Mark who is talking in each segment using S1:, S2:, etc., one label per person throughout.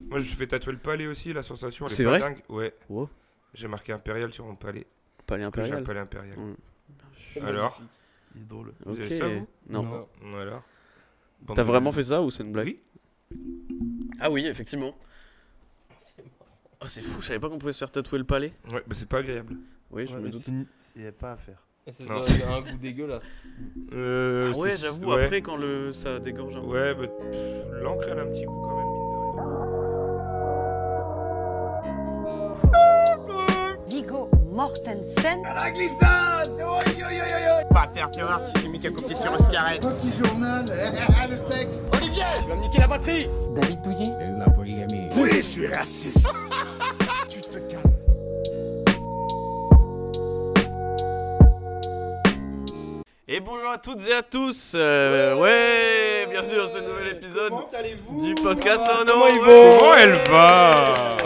S1: Moi, je me suis fait tatouer le palais aussi, la sensation. elle est
S2: C'est
S1: pas
S2: vrai
S1: dingue. Ouais.
S2: Wow.
S1: J'ai marqué Impérial sur mon palais.
S2: Palais
S1: Que j'ai un
S2: impérial.
S1: palais Impérial.
S2: Mm.
S1: Alors
S3: Il est drôle.
S1: Vous
S2: Ok.
S1: avez ça, vous
S2: hein non.
S3: Non.
S1: Voilà. Bande
S2: Mmh. T'as
S1: de-
S2: vraiment fait ça ou c'est une blague
S1: Oui.
S2: Ah oui, effectivement. Oh, c'est fou, je savais pas qu'on pouvait se faire tatouer le palais.
S1: Ouais, bah c'est pas agréable.
S2: Oui, je
S3: Ouais,
S2: me
S3: mais
S2: doute.
S3: c'est ni- C'est pas à faire.
S4: Et c'est
S1: Non,
S4: un-
S1: c'est-
S4: un goût dégueulasse.
S1: Euh,
S2: Ah ouais,
S1: c'est-
S2: j'avoue,
S1: ouais.
S2: après quand le... ça dégorge un peu.
S1: Ouais, bah, pff, l'encre, elle a un petit goût quand même, mine
S5: Vigo Mortensen.
S2: Et bonjour à toutes et à tous euh, Ouais Bienvenue dans ce nouvel épisode du podcast en
S1: de rien.
S2: nom
S1: Comment elle va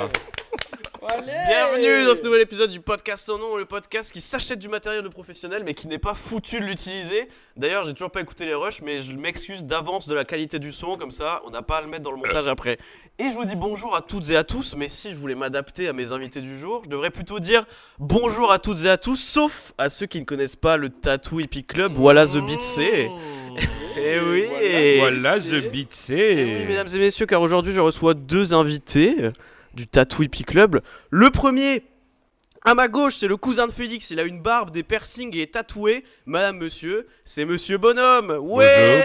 S2: Bienvenue dans ce nouvel épisode du podcast sans nom, le podcast qui s'achète du matériel de professionnel mais qui n'est pas foutu de l'utiliser. D'ailleurs, j'ai toujours pas écouté les rushs, mais je m'excuse d'avance de la qualité du son, comme ça on n'a pas à le mettre dans le montage après. Et je vous dis bonjour à toutes et à tous, mais si je voulais m'adapter à mes invités du jour, je devrais plutôt dire bonjour à toutes et à tous, sauf à ceux qui ne connaissent pas le Tattoo Hippie Club, voilà The Beat C. Eh oui
S1: Oh, Voilà The Beat
S2: eh oui,
S1: C
S2: mesdames et messieurs, car aujourd'hui je reçois deux invités euh, du Tattoo Hippie Club. Le premier, à ma gauche, c'est le cousin de Félix. Il a une barbe, des piercings et est tatoué. Madame, monsieur, c'est monsieur Bonhomme. Ouais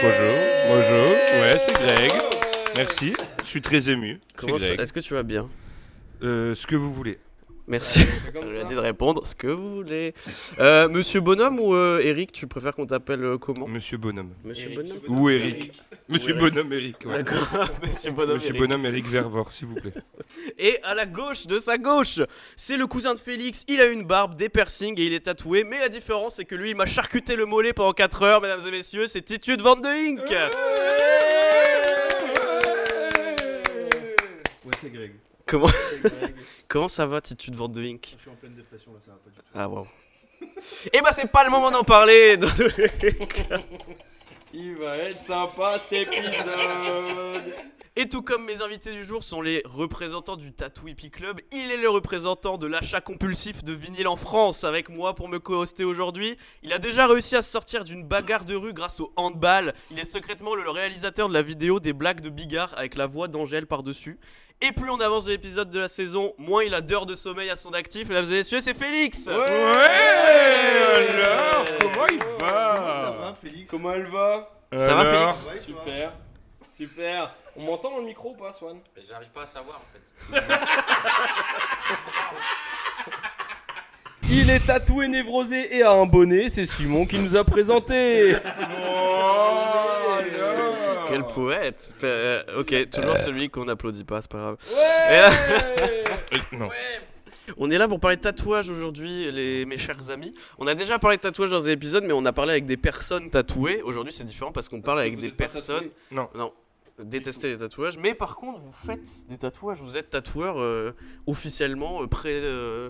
S1: Bonjour, bonjour, bonjour. Ouais, c'est Greg. Merci, je suis très ému. C'est
S2: Comment ça-
S1: Greg.
S2: Est-ce que tu vas bien
S1: Euh, ce que vous voulez.
S2: Merci.
S4: C'est
S2: Je
S4: comme
S2: lui ai
S4: ça.
S2: dit de répondre ce que vous voulez. Euh, monsieur Bonhomme ou euh, Eric, tu préfères qu'on t'appelle euh, comment
S1: Monsieur Bonhomme.
S2: Monsieur
S4: Eric,
S2: Bonhomme
S4: tu peux
S1: Ou
S4: dire
S1: Eric. Monsieur
S2: Eric.
S1: Bonhomme Eric. ouais.
S2: D'accord, Monsieur Bonhomme.
S1: Monsieur
S2: Eric.
S1: Bonhomme Eric Vervor, s'il vous plaît.
S2: Et à la gauche de sa gauche, c'est le cousin de Félix. Il a une barbe, des piercings et il est tatoué. Mais la différence, c'est que lui, il m'a charcuté le mollet pendant 4 heures, mesdames et messieurs. C'est Titude Van de Hink.
S3: Ouais, c'est Greg.
S2: Comment-
S3: C'est Greg.
S2: Comment ça va, Titude Van de Hink
S3: Je suis en pleine dépression là, ça va pas du tout.
S2: Ah, waouh. Et bah, c'est pas le moment d'en parler.
S4: Il va être sympa cet épisode.
S2: Et tout comme mes invités du jour sont les représentants du Tattoo Hippie Club, il est le représentant de l'achat compulsif de vinyle en France avec moi pour me co-hoster aujourd'hui. Il a déjà réussi à se sortir d'une bagarre de rue grâce au handball. Il est secrètement le réalisateur de la vidéo des blagues de Bigard avec la voix d'Angèle par-dessus. Et plus on avance de l'épisode de la saison, moins il a d'heures de sommeil à son actif. Mesdames et messieurs, c'est Félix
S1: Ouais, alors, comment il va
S2: Ah.
S3: Comment ça va, Félix
S4: Comment elle va
S2: Ça va,
S1: Alors,
S2: Félix
S3: Ouais, tu vois.
S4: Super. Super. On m'entend dans le micro ou pas, Swan
S6: J'arrive pas à savoir en fait.
S4: Il est tatoué, névrosé et a un bonnet. C'est Simon qui nous a présenté. Oh,
S1: alors.
S2: Quel poète Euh, Ok, toujours celui qu'on applaudit pas, c'est pas grave. Et là-
S4: Ouais
S1: Euh, non.
S2: On est là pour parler de tatouage aujourd'hui, les... mes chers amis. On a déjà parlé de tatouage dans des épisodes, mais on a parlé avec des personnes tatouées. Aujourd'hui, c'est différent parce qu'on parle
S4: Parce que
S2: avec
S4: vous
S2: des
S4: êtes pas
S2: personnes.
S4: tatoué.
S2: Détestez les tatouages, mais par contre, vous faites des tatouages. Vous êtes tatoueur euh, officiellement euh, pré- euh,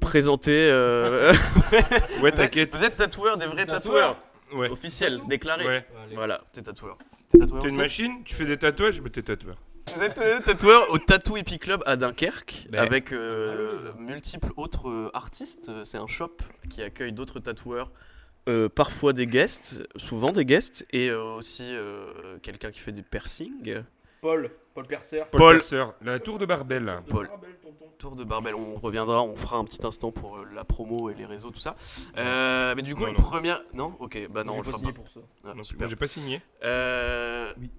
S2: présenté. euh,
S1: Ouais,
S2: vous, êtes,
S1: t'inquiète.
S2: vous êtes tatoueur des vrais
S4: Tatoueur.
S2: tatoueurs,
S1: Ouais.
S2: officiels, déclarés.
S1: Ouais.
S2: Voilà, t'es tatoueur. T'es tatoueur
S1: T'es une
S2: aussi
S1: machine, tu fais des tatouages, mais t'es tatoueur.
S2: Vous êtes euh, tatoueur au Tattoo Hippie Club à Dunkerque
S1: Ouais. Ah.
S2: avec euh, multiples autres euh, artistes. C'est un shop qui accueille d'autres tatoueurs, euh, parfois des guests, souvent des guests, et euh, aussi euh, quelqu'un qui fait des piercings.
S4: Paul, Paul Ah, Perceur.
S1: Paul. Perceur, la tour de Barbel.
S2: Paul. Tour de Barbel, on reviendra, on fera un petit instant pour euh, la promo et les réseaux, tout ça. Euh, mais du coup,
S1: Non,
S2: une
S1: non.
S2: première. Non Ok, bah non, on
S4: J'ai
S2: le
S4: pas
S2: fera
S4: signé
S2: pas.
S4: pour ça.
S2: Ah,
S1: Non,
S2: super.
S1: Moi, j'ai pas signé.
S2: Euh,
S3: Oui.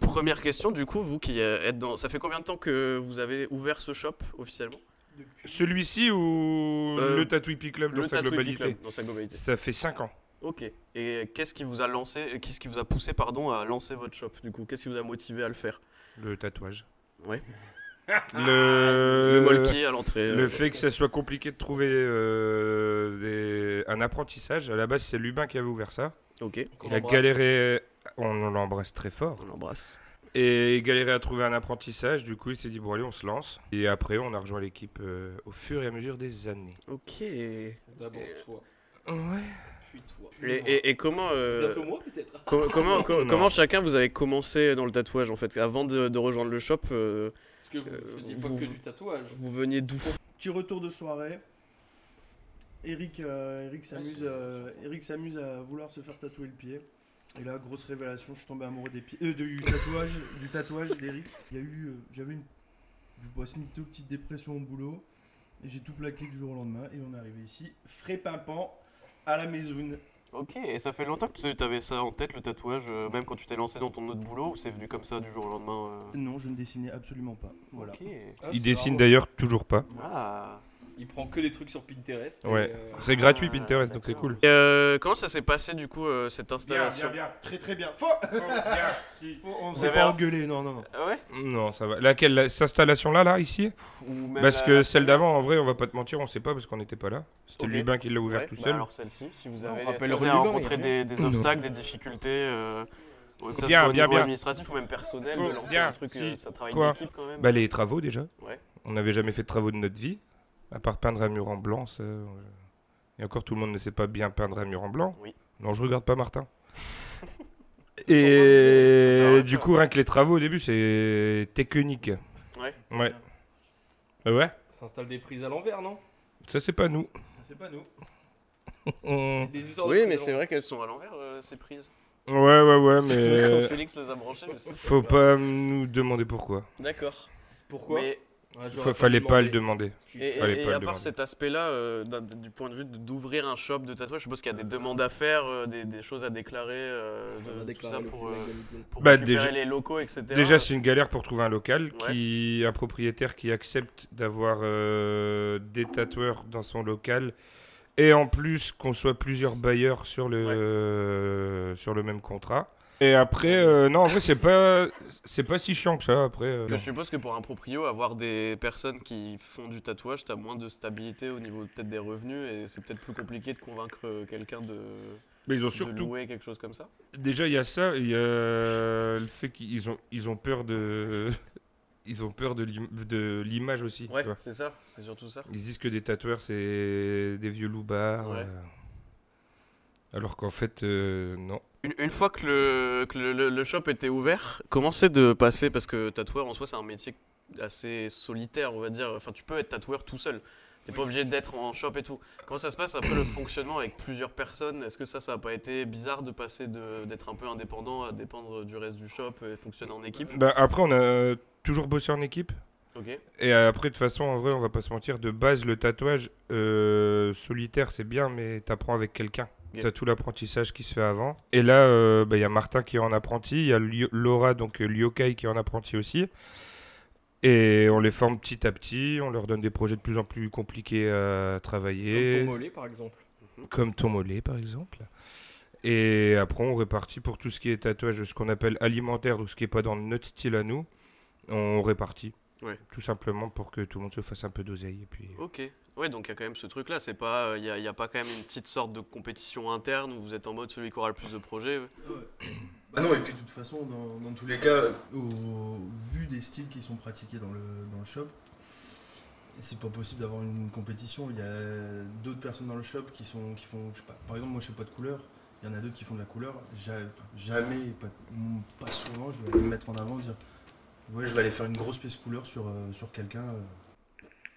S2: Première question, du coup, vous qui euh, êtes dans. Ça fait combien de temps que vous avez ouvert ce shop officiellement
S1: Celui-ci ou
S2: Euh,
S1: le Tattoo Hippie Club dans sa
S2: Tattoo Hippie
S1: globalité
S2: Club, dans sa globalité.
S1: Ça fait 5 ans.
S2: Ok. Et qu'est-ce qui vous a lancé, euh, qu'est-ce qui vous a poussé, pardon, à lancer votre shop Du coup, qu'est-ce qui vous a motivé à le faire
S1: Le tatouage.
S2: Ouais.
S1: le...
S2: Ah, Le molki à l'entrée.
S1: Euh, Le
S2: euh,
S1: fait que ça soit compliqué de trouver euh, des- un apprentissage, à la base c'est Lubin qui avait ouvert ça.
S2: Ok.
S4: Qu'on
S1: il a
S4: embrasse.
S1: galéré, on l'embrasse très fort,
S2: On l'embrasse.
S1: et il galérait à trouver un apprentissage, du coup il s'est dit bon allez on se lance. Et après on a rejoint l'équipe euh, au fur et à mesure des années.
S2: Ok.
S4: D'abord toi.
S1: Ouais.
S6: toi.
S2: Et, et- et comment, euh,
S6: Bientôt moi peut-être.
S2: com- comment, com-
S1: Non.
S2: comment chacun vous avez commencé dans le tatouage en fait Avant de, de rejoindre le shop, euh,
S6: Parce que vous
S2: euh,
S6: faisiez pas
S2: vous-
S6: que du tatouage.
S2: vous veniez d'où
S7: Petit retour de soirée. Eric, euh, Eric s'amuse euh, Eric s'amuse à vouloir se faire tatouer le pied. Et là, grosse révélation, je suis tombé amoureux des pieds. euh, du tatouage, du tatouage d'Eric. Il y a eu. euh, J'avais une du boss mytho, petite dépression au boulot. Et j'ai tout plaqué du jour au lendemain. Et on est arrivé ici, frais pimpant, à la maison.
S2: Ok, et ça fait longtemps que tu avais ça en tête, le tatouage, euh, même quand tu t'es lancé dans ton autre boulot, ou c'est venu comme ça du jour au lendemain euh,
S7: Non, je ne dessinais absolument pas. Voilà.
S2: Ok.
S1: Il dessine d'ailleurs toujours pas.
S2: Ah.
S6: Ah, Il prend que les trucs sur Pinterest. et,
S1: Ouais.
S6: euh,
S1: C'est gratuit
S2: Ah,
S1: Pinterest, donc c'est cool.
S2: Et, euh, comment ça s'est passé du coup euh, cette installation
S7: Très très bien. Faux Faux, On
S2: Vous
S7: s'est
S2: avez
S7: pas
S2: un-
S7: engueulé, non, non, non.
S2: Ah ouais
S1: Non, ça va. Laquelle la- Cette installation-là, là, ici
S2: Ou même
S1: Parce
S2: la-
S1: que
S2: la-
S1: celle d'avant, en vrai, on va pas te mentir, on sait pas parce qu'on n'était pas là. C'était
S2: Ok.
S1: Lubin qui l'a ouvert
S2: Ouais,
S1: tout
S2: bah
S1: seul.
S2: alors celle-ci, si vous avez,
S6: on
S2: est-ce que
S6: rappelle
S2: vous avez
S6: Ruban,
S2: rencontré
S6: il y a
S2: des, des obstacles, des difficultés, euh, que ça
S1: Bien,
S2: soit au
S1: bien,
S2: niveau
S1: bien.
S2: administratif ou même personnel,
S1: Faut-
S2: de lancer
S1: bien,
S2: un truc,
S1: si.
S2: euh, ça travaille
S1: Quoi
S2: d'équipe quand même.
S1: Bah, les travaux déjà.
S2: Ouais.
S1: On n'avait jamais fait de travaux de notre vie, à part peindre un mur en blanc. ça, euh, Et encore, tout le monde ne sait pas bien peindre un mur en blanc.
S2: Oui.
S1: Non, je regarde pas Martin.
S2: Ça sert à rien
S1: Et
S2: de
S1: du
S2: faire.
S1: coup, rien que les travaux au début, c'est technique.
S2: Ouais.
S1: Ouais. Bah ouais,
S6: S'installe des prises à l'envers, non
S1: ça c'est pas nous.
S7: C'est pas nous.
S1: On-
S6: Des histoires de
S2: oui,
S6: prises
S2: mais
S6: à
S2: c'est vrai qu'elles sont à l'envers, euh, ces prises.
S1: Ouais, ouais, ouais,
S2: Quand
S1: mais.
S2: Félix les a branchées, mais c'est-
S1: Faut pas nous demander pourquoi.
S2: D'accord.
S6: l'envers. Pourquoi
S2: Mais-
S6: Ah, j'aurais
S1: Fa- Fallait pas le
S6: demandé.
S1: demander.
S2: Et, et-
S1: Fallait pas
S2: et
S1: le
S2: à part
S1: demander.
S2: cet aspect-là, euh, d'un- du point de vue de- d'ouvrir un shop de tatouage, je suppose qu'il y a des demandes à faire, euh, des, des choses à déclarer, euh, de-
S6: On a
S2: tout
S6: déclaré
S2: ça
S6: le
S2: pour,
S6: fait
S2: euh,
S6: d'égalité.
S2: pour
S1: Bah,
S2: récupérer
S1: déjà-
S2: les locaux, etc.
S1: Déjà, c'est une galère pour trouver un local,
S2: Ouais.
S1: qui, un propriétaire qui accepte d'avoir euh, des tatoueurs dans son local, et en plus qu'on soit plusieurs bailleurs sur le,
S2: Ouais.
S1: euh, sur le même contrat. Et après, euh, non, en vrai, c'est pas, c'est pas si chiant que ça. Après, euh,
S2: Que je suppose que pour un proprio, avoir des personnes qui font du tatouage, t'as moins de stabilité au niveau peut-être des revenus et c'est peut-être plus compliqué de convaincre euh, quelqu'un de,
S1: mais ils ont
S2: de
S1: surtout
S2: louer quelque chose comme ça.
S1: Déjà, il y a ça, il y a le fait qu'ils ont, ils ont peur de. Ils ont peur de l'im- de l'image aussi.
S2: Ouais,
S1: tu vois.
S2: c'est ça, c'est surtout ça.
S1: Ils disent que des tatoueurs, c'est des vieux loupards.
S2: Ouais.
S1: euh, Alors qu'en fait, euh, non.
S2: Une, une fois que, le, que le, le- le shop était ouvert, comment c'est de passer Parce que tatoueur en soi, c'est un métier assez solitaire, on va dire. Enfin, tu peux être tatoueur tout seul. T'es pas obligé d'être en shop et tout. Comment ça se passe après le fonctionnement avec plusieurs personnes Est-ce que ça, ça a pas été bizarre de passer de- d'être un peu indépendant à dépendre du reste du shop et fonctionner en équipe
S1: Bah, après, on a toujours bossé en équipe.
S2: Ok.
S1: Et après, de toute façon, en vrai, on va pas se mentir. De base, le tatouage euh, solitaire, c'est bien, mais t'apprends avec quelqu'un.
S2: Ok.
S1: T'as tout l'apprentissage qui se fait avant. Et là, euh, bah, il y a Martin qui est en apprenti, il y a Lio- Laura, donc euh, Lyokai, qui est en apprenti aussi. Et on les forme petit à petit, on leur donne des projets de plus en plus compliqués à
S6: Comme
S1: travailler,
S6: ton mollet, par exemple.
S1: comme ton mollet par exemple. Et après, on répartit pour tout ce qui est tatouage, ce qu'on appelle alimentaire, donc ce qui est pas dans notre style à nous, on répartit.
S2: Ouais.
S1: Tout simplement pour que tout le monde se fasse un peu d'oseille. Et puis... euh,
S2: Ok. Ouais, donc il y a quand même ce truc-là. C'est pas, euh, il y, a pas quand même une petite sorte de compétition interne où vous êtes en mode celui qui aura le plus de projets.
S7: Bah non, et puis de toute façon, dans, dans tous les cas, au vu des styles qui sont pratiqués dans le, dans le shop, c'est pas possible d'avoir une compétition. Il y a d'autres personnes dans le shop qui, sont, qui font, je sais pas, par exemple, moi je fais pas de couleur, il y en a d'autres qui font de la couleur. Ja- enfin, Jamais, pas, pas souvent, je vais aller me mettre en avant, dire ouais, je vais aller faire une grosse pièce couleur sur, euh, sur quelqu'un. euh.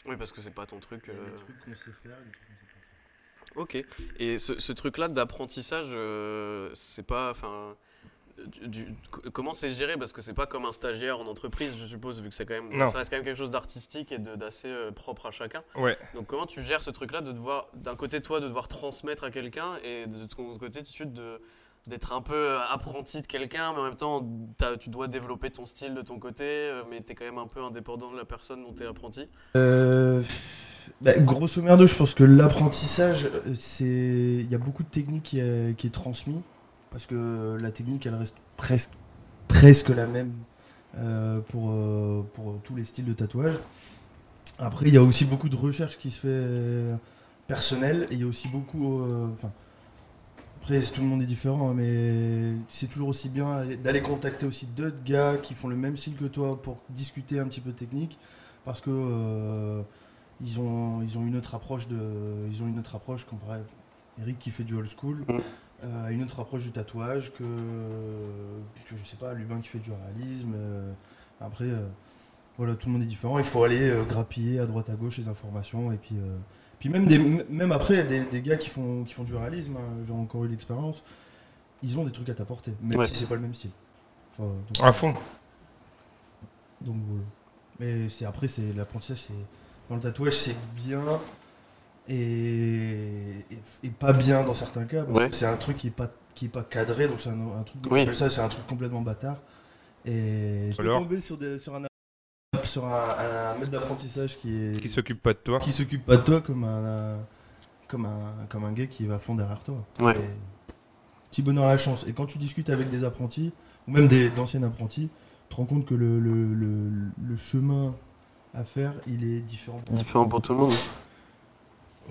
S2: Oui, parce que c'est pas ton truc.
S7: Il y a
S2: euh,
S7: des trucs qu'on sait faire, des trucs qu'on sait pas faire.
S2: Ok. Et ce, ce truc-là d'apprentissage, euh, c'est pas, enfin, du- du- co- comment c'est géré Parce que c'est pas comme un stagiaire en entreprise, je suppose, vu que c'est quand même,
S1: Non.
S2: ça reste quand même quelque chose d'artistique et de- d'assez euh, propre à chacun.
S1: Ouais.
S2: Donc comment tu gères ce truc-là de devoir, d'un côté toi, de devoir transmettre à quelqu'un et de ton autre côté, tu de d'être un peu euh, apprenti de quelqu'un, mais en même temps, t'as- tu dois développer ton style de ton côté, euh, mais tu es quand même un peu indépendant de la personne dont tu es apprenti.
S7: Euh, bah, grosso merdo, je pense que l'apprentissage, euh, c'est, il y a beaucoup de techniques qui, euh, qui est transmise parce que la technique, elle reste presque, presque la même euh, pour, euh, pour tous les styles de tatouage. Après, il y a aussi beaucoup de recherche qui se fait euh, personnelle et il y a aussi beaucoup, euh, enfin, après tout le monde est différent, hein, mais c'est toujours aussi bien d'aller contacter aussi d'autres gars qui font le même style que toi pour discuter un petit peu technique parce que euh, ils ont ils ont une autre approche de ils ont une autre approche comparée Eric qui fait du old school, euh, à une autre approche du tatouage que, que je sais pas, Lubin qui fait du réalisme. euh, après, euh, voilà, tout le monde est différent. Il faut aller euh, grappiller à droite à gauche les informations et puis. euh, puis même, des, même après, des, des gars qui font, qui font du réalisme, hein, j'ai encore eu l'expérience, ils ont des trucs à t'apporter, même
S2: Ouais.
S7: si c'est pas le même style. Enfin, donc-
S1: À fond.
S7: donc voilà. Mais c'est après c'est l'apprentissage c'est dans le tatouage c'est bien et, et, et pas bien dans certains cas parce
S2: Ouais.
S7: que c'est un truc qui est pas qui est pas cadré donc c'est un, un truc
S2: Oui.
S7: j'appelle ça c'est un truc complètement bâtard et je suis
S1: Alors
S7: tombé sur des sur un sur un, un maître d'apprentissage qui est
S1: Qui s'occupe pas de toi.
S7: qui s'occupe pas de toi comme un comme un comme un gars qui va à fond derrière toi.
S2: Ouais.
S7: Et Petit bonheur à la chance. Et quand tu discutes avec des apprentis, ou même des- d'anciens apprentis, tu te rends compte que le, le- le- le chemin à faire, il est différent.
S2: Différent pour tout le monde.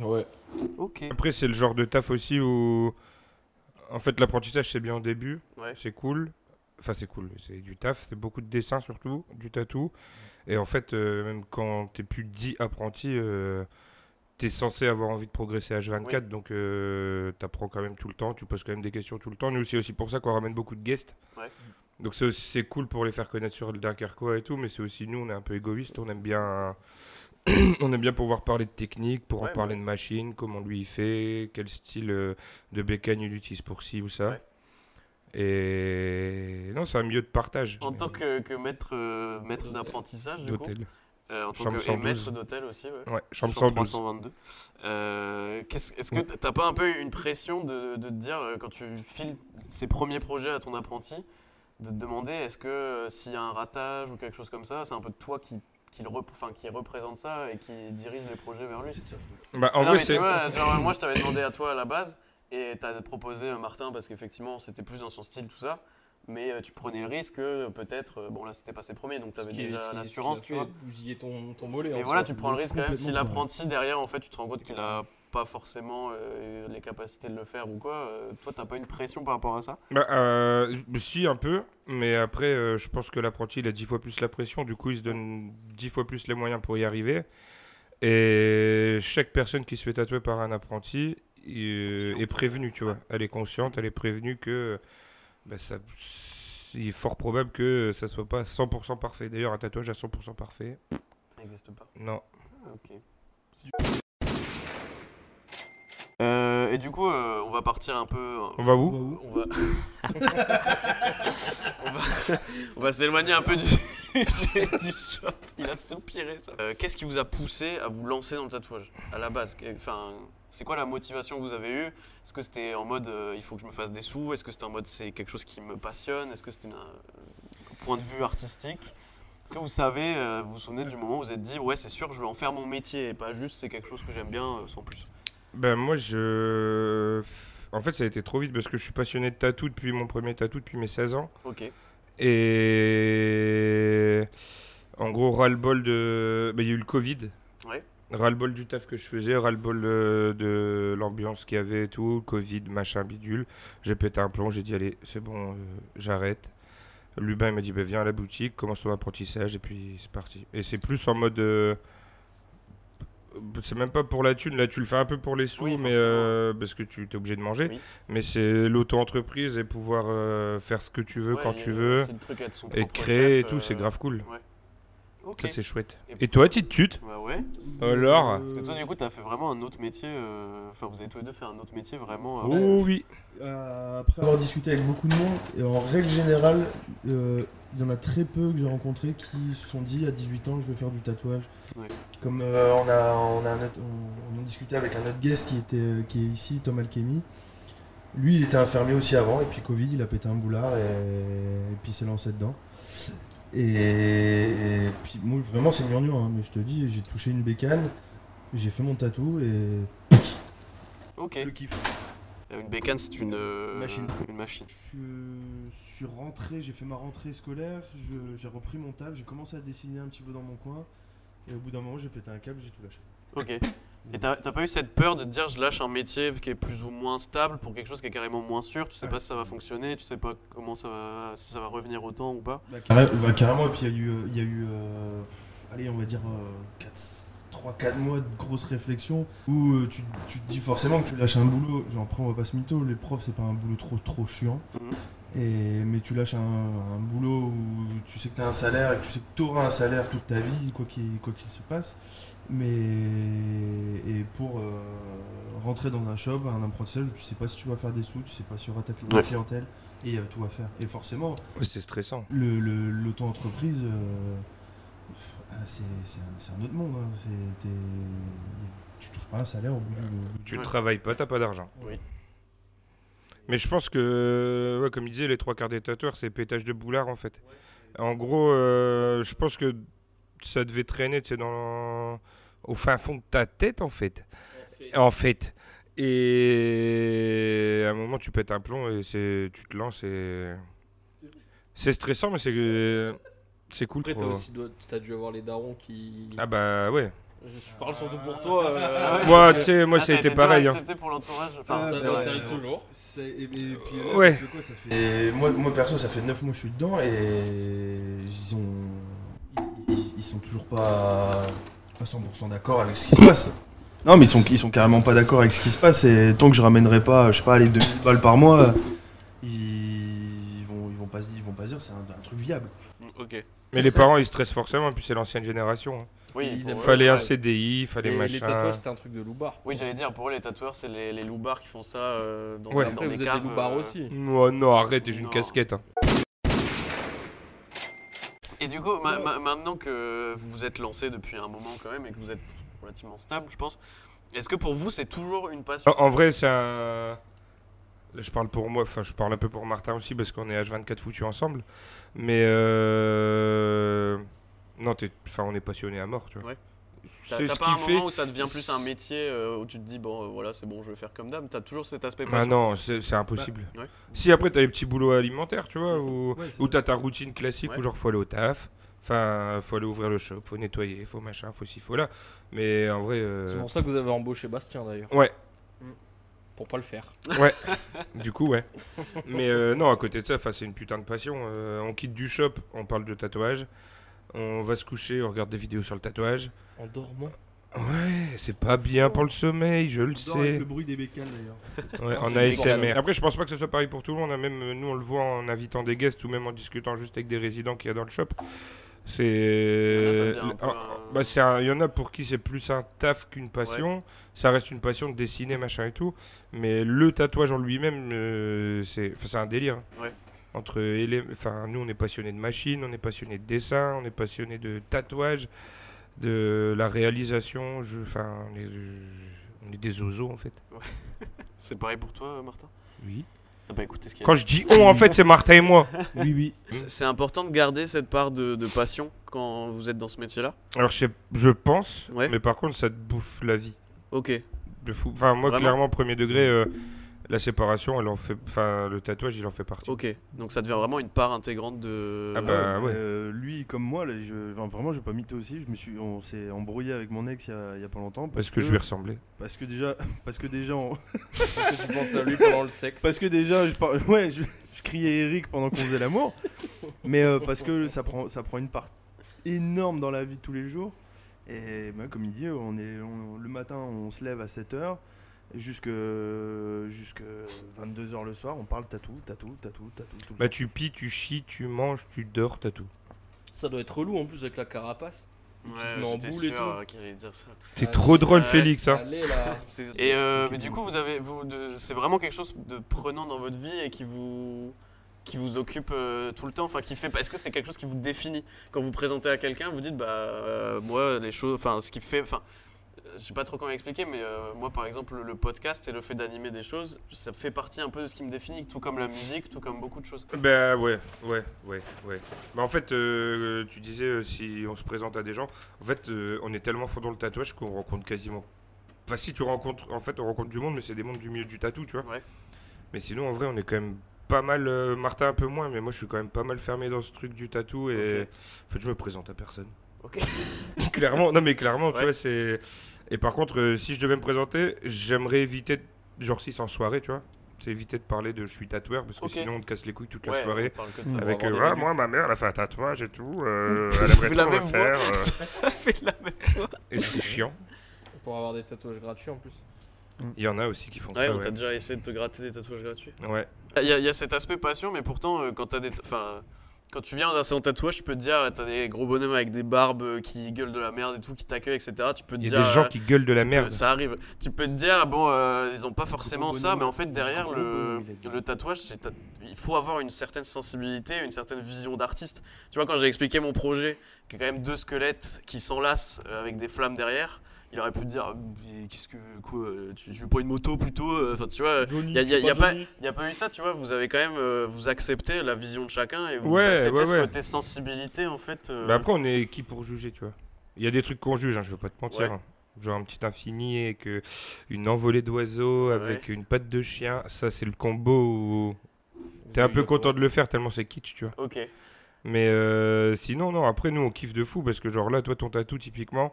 S6: Ouais.
S2: Ok.
S1: Après, c'est le genre de taf aussi où. En fait, l'apprentissage, c'est bien au début.
S2: Ouais.
S1: C'est cool. Enfin, c'est cool. C'est du taf. C'est beaucoup de dessins, surtout. Du tatou. Et en fait, euh, même quand t'es plus dit apprenti, euh, t'es censé avoir envie de progresser H24. Donc, euh, t'apprends quand même tout le temps. Tu poses quand même des questions tout le temps. Nous, c'est aussi pour ça qu'on ramène beaucoup de guests.
S2: Ouais.
S1: Donc, c'est aussi- c'est cool pour les faire connaître sur le Dunkerquois et tout. Mais c'est aussi nous, on est un peu égoïste. On aime bien. On aime bien pouvoir parler de technique, pouvoir
S2: Ouais,
S1: parler de machine, comment lui il fait, quel style euh, de bécane il utilise pour ci ou ça.
S2: Ouais.
S1: Et non, c'est un milieu de partage.
S2: En tant
S1: mais-
S2: que, que maître, euh, maître d'apprentissage, du coup,
S1: d'hôtel.
S2: euh, en tant
S1: Chambre
S2: que et
S1: 112.
S2: maître d'hôtel aussi, ouais.
S1: Ouais, chambre
S2: Chambre
S1: 112.
S2: 322. Euh, qu'est-ce- Est-ce que t'as pas un peu une pression de, de te dire, euh, quand tu files ces premiers projets à ton apprenti, de te demander est-ce que euh, s'il y a un ratage ou quelque chose comme ça, c'est un peu toi qui, qui, le rep- enfin, qui représente ça et qui dirige les projets vers lui
S1: Bah, en
S2: Non,
S1: vrai,
S2: mais tu
S1: c'est.
S2: vois, genre, moi je t'avais demandé à toi à la base et t'as proposé euh, Martin parce qu'effectivement c'était plus dans son style tout ça. Mais euh, tu prenais le risque, euh, peut-être, euh, bon là c'était pas ses premiers, donc t'avais déjà l'assurance, tu vois.
S6: Bousiller ton, ton mollet. hein,
S2: Et
S6: en
S2: voilà,
S6: soi.
S2: tu prends le risque quand même si
S7: complètement, ouais.
S2: l'apprenti derrière, en fait, tu te rends compte qu'il a pas forcément euh, les capacités de le faire ou quoi. euh, toi, t'as pas une pression par rapport à ça
S1: Bah, euh, si, un peu. Mais après, euh, je pense que l'apprenti, il a 10 fois plus la pression. Du coup, il se donne 10 fois plus les moyens pour y arriver. Et chaque personne qui se fait tatouer par un apprenti euh,
S2: Consciente.
S1: est prévenue, tu vois. Elle est consciente, elle est prévenue que bah, ça, il est fort probable que ça soit pas 100% parfait. D'ailleurs, un tatouage à 100% parfait,
S2: Ça n'existe pas.
S1: non.
S2: Euh, et du coup, euh, on va partir un peu.
S1: On va où
S2: On va. on va, on va s'éloigner un peu du sujet du shop. Il a soupiré ça. Euh, Qu'est-ce qui vous a poussé à vous lancer dans le tatouage à la base que- Enfin, c'est quoi la motivation que vous avez eue Est-ce que c'était en mode euh, il faut que je me fasse des sous Est-ce que c'était en mode c'est quelque chose qui me passionne Est-ce que c'était une- un point de vue artistique Est-ce que vous savez, euh, vous vous souvenez du moment où vous vous êtes dit ouais c'est sûr je veux en faire mon métier et pas juste c'est quelque chose que j'aime bien euh, sans plus.
S1: Ben moi je... En fait ça a été trop vite parce que je suis passionné de tatou depuis mon premier tatou depuis mes 16 ans.
S2: Ok.
S1: Et en gros, ras-le-bol de. bah, Il y a eu le Covid.
S2: Ouais.
S1: Ras-le-bol du taf que je faisais, ras-le-bol euh, de l'ambiance qu'il y avait et tout, Covid, machin, bidule. J'ai pété un plomb, j'ai dit, allez, c'est bon, euh, j'arrête. Lubin, il m'a dit, bah, viens à la boutique, commence ton apprentissage, et puis c'est parti. Et c'est plus en mode. euh, C'est même pas pour la thune, là tu le fais un peu pour les sous,
S2: Oui,
S1: mais
S2: forcément.
S1: euh, parce que tu es obligé de manger.
S2: Oui.
S1: Mais c'est l'auto-entreprise et pouvoir euh, faire ce que tu veux
S2: Ouais,
S1: quand
S2: il y a
S1: tu veux
S2: aussi le truc à être son
S1: et
S2: propre
S1: créer et
S2: chef,
S1: tout, c'est
S2: euh,
S1: grave cool.
S2: ok.
S1: Ça, c'est chouette.
S2: Et-
S1: Et toi, Titute
S2: Bah ouais.
S1: Alors
S2: Parce que toi,
S6: Euh.
S2: du coup, t'as fait vraiment un autre métier. euh, Enfin, vous avez tous les deux fait un autre métier vraiment. euh,
S1: Oh oui
S7: Euh, après avoir discuté avec beaucoup de monde, et en règle générale, euh, il y en a très peu que j'ai rencontrés qui se sont dit à 18 ans je vais faire du tatouage.
S2: Ouais.
S7: Comme euh, on, a, on, a un autre- on- on en discutait avec un autre guest qui, était, euh, qui est ici, Tom Alchemy. Lui, il était infirmier aussi avant, et puis Covid, il a pété un boulard, et, et puis il s'est lancé dedans. Et, et puis moi, vraiment, c'est mignon, mais je te dis, j'ai touché une bécane, j'ai fait mon tatou, et
S2: Ok.
S7: le kiff.
S2: Une bécane, c'est une. euh,
S7: Machine.
S2: Une machine.
S7: Je suis rentré, j'ai fait ma rentrée scolaire, je- j'ai repris mon taf, j'ai commencé à dessiner un petit peu dans mon coin, et au bout d'un moment j'ai pété un câble, j'ai tout lâché.
S2: Ok. Et t'as t'as pas eu cette peur de te dire je lâche un métier qui est plus ou moins stable pour quelque chose qui est carrément moins sûr. Tu sais pas si ça va fonctionner, tu sais pas comment ça va, si ça va revenir autant ou pas.
S7: euh, Bah, carré- bah, carrément, et puis il y a eu, euh, il y a eu euh, allez on va dire 4, 3, 3-4 mois de grosse réflexion où euh, tu, tu te dis forcément que tu lâches un boulot. Genre, après, on va pas se mytho, les profs, c'est pas un boulot trop trop chiant. Et, mais tu lâches un, un boulot où tu sais que tu as un salaire et que tu sais que tu auras un salaire toute ta vie, quoi qu'il quoi qu'il se passe. Mais et pour euh, rentrer dans un shop, un apprentissage où tu sais pas si tu vas faire des sous, tu sais pas si tu auras ta cli-
S2: Ouais.
S7: clientèle, et il y a tout à faire. Et forcément,
S1: Ouais, c'est stressant.
S7: le- le- l'auto-entreprise, euh, pff, ah, c'est c'est un, c'est un autre monde. hein. C'est- t'es- Tu touches pas un salaire au bout du-
S1: Tu
S2: Ouais.
S1: ne travailles pas, t'as pas d'argent.
S2: Oui.
S1: Mais je pense que, ouais, comme il disait, les trois quarts des tatoueurs, c'est pétage de boulard en fait. En gros, euh, je pense que ça devait traîner tu sais, dans... au fin fond de ta tête en fait. En fait. Et à un moment, tu pètes un plomb et c'est- tu te lances et. C'est stressant, mais c'est c'est cool.
S6: Après, t'as
S1: quoi.
S6: aussi doit- t'as dû avoir les darons qui.
S1: Ah bah ouais.
S6: Je je parle surtout pour toi. euh, ouais,
S1: Moi,
S6: parce
S1: tu
S6: que-
S1: sais, moi,
S2: Ah,
S1: ça a été
S2: toi,
S1: pareil. hein.
S2: accepté pour l'entourage.
S7: Ah,
S2: Enfin,
S6: Ça
S7: bah
S6: doit
S7: ouais,
S6: servir
S7: ouais.
S6: toujours.
S7: Ça- et, et puis là,
S1: Ouais.
S7: ça fait quoi, ça fait- Euh, Et moi, moi perso, ça fait 9 mois que je suis dedans et ils ont. Ils, ils sont toujours pas à 100% d'accord avec ce qui se passe. Non, mais ils sont, ils sont carrément pas d'accord avec ce qui se passe et tant que je ramènerai pas, je sais pas, les 2000 balles par mois, ils, ils vont, ils, vont, pas, se- ils vont pas se dire c'est un, un truc viable.
S2: ok.
S1: Mais les parents, ils stressent forcément, puis c'est l'ancienne génération. hein.
S2: Oui,
S6: Ils
S2: pour
S6: aiment
S2: eux,
S6: Ouais,
S1: Fallait un
S2: ouais.
S1: CDI, fallait
S6: Les, les
S1: machin.
S6: tatouages, c'était un truc de loupard.
S2: Oui, j'allais dire, pour eux, les tatoueurs, c'est les, les loupards qui font ça euh, dans,
S1: Ouais.
S2: dans
S6: Après,
S2: des
S6: vous êtes
S2: caves.
S6: des loupards
S2: euh,
S6: aussi.
S1: Non, non, arrête, j'ai une
S2: Non.
S1: casquette. hein.
S2: Et du coup, ma- ma- maintenant que vous vous êtes lancé depuis un moment quand même et que vous êtes relativement stable, je pense, est-ce que pour vous, c'est toujours une passion
S1: En, en vrai, c'est un. Là, Je parle pour moi, enfin, je parle un peu pour Martin aussi, parce qu'on est H24 foutus ensemble. Mais. Euh... Non, t'es- enfin, on est passionné à mort, tu vois.
S2: Ouais. T'as
S1: Ah, C'est
S2: t'as
S1: ce
S2: pas un
S1: qui fait.
S2: moment où ça devient plus un métier euh, où tu te dis, bon, euh, voilà, c'est bon, je vais faire comme dame. T'as toujours cet aspect
S1: Ah
S2: passion.
S1: non, c'est c'est impossible.
S2: Bah, ouais.
S1: Si après, t'as les petits boulots alimentaires, tu vois, ou.
S7: Ouais, c'est
S1: Ou t'as ta routine classique
S2: Ouais.
S1: où genre faut aller au taf, enfin faut aller ouvrir le shop, faut nettoyer, faut machin, faut ci, faut là. Mais en vrai, euh,
S6: C'est pour ça que vous avez embauché Bastien d'ailleurs.
S1: Ouais.
S6: Pour pas le faire.
S1: du coup ouais. Mais euh, non, à côté de ça, 'fin, c'est une putain de passion. Euh, on quitte du shop, on parle de tatouage, on va se coucher, on regarde des vidéos sur le tatouage.
S6: En dormant.
S1: Ouais, c'est pas bien pour le sommeil, je le
S7: On dort avec
S1: sais.
S7: le bruit des bécanes d'ailleurs.
S1: Ouais, en
S6: c'est
S1: ASMR.
S6: dégueulasse.
S1: Après, je pense pas que ce soit pareil pour tout le monde. hein. Même euh, nous, on le voit en invitant des guests ou même en discutant juste avec des résidents qu'il y a dans le shop.
S2: Là, Ah, ça
S1: C'est.
S2: devient un peu
S1: un-
S2: un-
S1: euh, bah, c'est un- Il y en a pour qui c'est plus un taf qu'une passion. Ça reste une passion de dessiner, machin et tout. Mais le tatouage en lui-même, euh, c'est enfin, c'est un délire. hein.
S2: Ouais.
S1: Entre élé- enfin, nous, on est passionné de machines, on est passionné de dessin, on est passionné de tatouage, de la réalisation. Je... Enfin, on est... on est des zozos en fait.
S2: C'est pareil pour toi, euh, Martin
S1: Oui.
S6: Ah,
S2: T'as
S6: bah,
S2: pas écouté ce qu'il a
S1: Quand je dis on, en fait, c'est Martin et moi. Hmm.
S7: Oui, oui.
S2: C'est c'est important de garder cette part de, de passion quand vous êtes dans ce métier-là.
S1: Alors, je, sais- je pense,
S2: Ouais.
S1: mais par contre, ça te bouffe la vie.
S2: Ok.
S1: De fou. Enfin, moi,
S2: Vraiment
S1: clairement, premier degré, euh, la séparation, elle en fait. Enfin, le tatouage, il en fait partie.
S2: Ok. Donc ça devient vraiment une part intégrante de.
S1: Ah bah. ouais.
S3: Euh, lui, comme moi, là, je, enfin, vraiment, j'ai pas mytho aussi. Je me suis, on s'est embrouillé avec mon ex il y a, il y a pas longtemps.
S1: Parce que je
S2: Mm.
S1: lui ressemblais.
S3: Parce que déjà, parce que déjà, on-
S6: Parce que tu penses à lui pendant le sexe.
S3: parce que déjà, je, par- ouais, je, je criais Eric pendant qu'on faisait l'amour. mais euh, parce que ça prend, ça prend une part énorme dans la vie de tous les jours. Et bah, comme il dit, on est, on- le matin, on se lève à 7h. Jusque, jusque 22h le soir, on parle tatou, tatou, tatou, tatou. tout le
S1: Bah, tu pies, tu chies, tu manges, tu dors, t'as tout.
S6: Ça doit être relou en plus avec la carapace. se met en
S2: Ouais, j'étais
S6: boule et
S2: sûr
S6: tout.
S2: euh, qu'il allait dire ça.
S1: C'est
S6: Ouais.
S1: trop drôle,
S2: Ouais.
S1: Félix. Hein.
S6: Allez là.
S2: Et euh,
S3: Ok,
S2: mais du
S3: bon,
S2: coup,
S3: ça.
S2: vous avez, vous, de- c'est vraiment quelque chose de prenant dans votre vie et qui vous, qui vous occupe euh, tout le temps. Enfin, qui fait. Est-ce que c'est quelque chose qui vous définit quand vous présentez à quelqu'un Vous dites, bah, euh, moi, les choses. Enfin, ce qui fait. Enfin, euh, je sais pas trop comment expliquer, mais euh, moi, par exemple, le podcast et le fait d'animer des choses, ça fait partie un peu de ce qui me définit, tout comme la musique, tout comme beaucoup de choses.
S1: Bah, ouais, ouais, ouais, ouais. Bah, en fait, euh, tu disais, euh, si on se présente à des gens, en fait, euh, on est tellement fond dans le tatouage qu'on rencontre quasiment. Enfin, si tu rencontres, en fait, on rencontre du monde, mais c'est des mondes du milieu du tatou, tu vois.
S2: Ouais.
S1: Mais sinon, en vrai, on est quand même pas mal. euh, Martin, un peu moins, mais moi, je suis quand même pas mal fermé dans ce truc du tatou. Et
S2: Ok.
S1: en fait, je me présente à personne.
S2: Ok.
S1: clairement, non, mais clairement, tu
S2: Ouais.
S1: vois, c'est. Et par contre, euh, si je devais me présenter, j'aimerais éviter, de- genre, si c'est en soirée, tu vois, C'est éviter de parler de je suis tatoueur parce que
S2: Ok.
S1: sinon on te casse les couilles toute la
S2: Ouais, on
S1: soirée.
S2: parle que de ça.
S1: Avec
S6: va avoir
S1: euh,
S6: des
S1: Ah, moi,
S6: réductions.
S1: ma mère, elle a fait un tatouage et tout. euh, elle
S2: J'ai
S1: aimerait
S2: fait la
S1: trop le
S2: même
S1: faire. euh,
S2: Fais la même-
S1: et c'est chiant.
S6: Pour avoir des tatouages gratuits en plus.
S1: Il y en a aussi qui font
S2: Ouais,
S1: ça.
S2: on t'a
S1: Ouais.
S2: déjà essayé de te gratter des tatouages gratuits.
S1: Ouais.
S2: Il y, a- il y a cet aspect passion, mais pourtant, euh, quand, t'as des enfin, quand tu viens dans un salon de tatouage, tu peux te dire, euh, t'as des gros bonhommes avec des barbes euh, qui gueulent de la merde et tout, qui t'accueillent, etc. Tu peux te
S1: Il y
S2: dire.
S1: a des gens
S2: euh,
S1: qui gueulent de la
S2: tu peux-
S1: merde.
S2: ça arrive. Tu peux te dire, bon, euh, ils ont pas forcément ça, mais en fait, derrière le, le tatouage, c'est ta- il faut avoir une certaine sensibilité, une certaine vision d'artiste. Tu vois, quand j'ai expliqué mon projet, qui est quand même deux squelettes qui s'enlacent euh, avec des flammes derrière. Il aurait pu te dire, Mais qu'est-ce que, quoi, euh, tu, tu veux pas une moto plutôt euh, Enfin, tu vois, il n'y a, y a- y a pas, y a pas eu ça, tu vois. Vous avez quand même, euh, vous acceptez la vision de chacun et vous
S1: Ouais,
S2: acceptez
S1: ouais,
S2: ce
S1: ouais.
S2: côté sensibilité, en fait. euh,
S1: Mais après, on est qui pour juger, tu vois Il y a des trucs qu'on juge, hein, je veux pas te mentir.
S2: Ouais.
S1: hein. Genre un petit infini avec euh, une envolée d'oiseaux, avec une patte de chien. Ça, c'est le combo où t'es un peu content de le faire tellement c'est kitsch, tu vois.
S2: Ok.
S1: Mais euh, sinon, non, après, nous, on kiffe de fou parce que, genre là, toi, ton tatou, typiquement,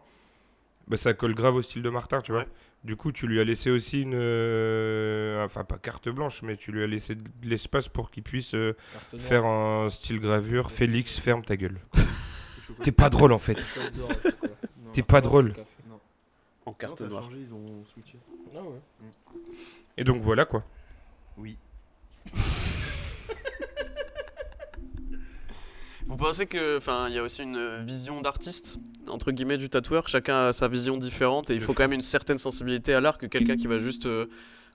S1: bah, ça colle grave au style de Martin, tu vois.
S2: Ouais.
S1: Du coup, tu lui as laissé aussi une. euh, Enfin, pas carte blanche, mais tu lui as laissé de l'espace pour qu'il puisse euh,
S6: Carte noire.
S1: faire un style gravure. Félix, ferme ta gueule. T'es pas drôle en fait. T'es pas drôle.
S2: En carte noire.
S3: ils ont switché.
S6: Ah ouais.
S1: Et donc voilà quoi.
S3: Oui.
S2: Vous pensez que, enfin, il y a aussi une vision d'artiste entre guillemets du tatoueur. Chacun a sa vision différente et il
S1: De
S2: faut
S1: fou.
S2: quand même une certaine sensibilité à l'art que quelqu'un qui va juste euh,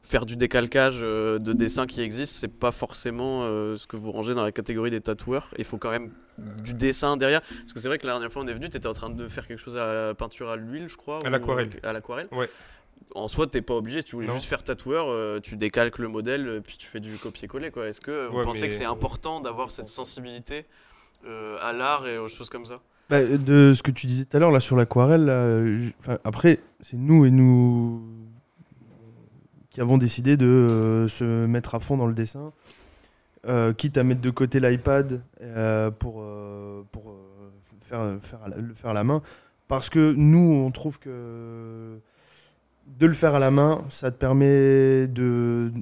S2: faire du décalcage euh, de dessins qui existent, c'est pas forcément euh, ce que vous rangez dans la catégorie des tatoueurs. Il faut quand même
S1: Euh.
S2: du dessin derrière. Parce que c'est vrai que la dernière fois on est venu, t'étais en train de faire quelque chose à la peinture à l'huile, je crois.
S1: À
S2: ou-
S1: l'aquarelle.
S2: À l'aquarelle.
S1: Ouais.
S2: En soi, t'es pas obligé. Si tu voulais
S1: Non.
S2: juste faire tatoueur, euh, tu décalques le modèle, euh, puis tu fais du copier-coller. quoi. Est-ce que euh, vous
S1: Ouais,
S2: pensez
S1: mais-
S2: que c'est important d'avoir cette sensibilité euh, à l'art et aux choses comme ça
S7: Bah, euh, de ce que tu disais tout à l'heure là sur l'aquarelle, là, euh, j- enfin, après c'est nous et nous qui avons décidé de euh, se mettre à fond dans le dessin, Euh, quitte à mettre de côté l'iPad euh, pour, euh, pour euh, faire, faire à la- le faire à la main, parce que nous on trouve que de le faire à la main, ça te permet de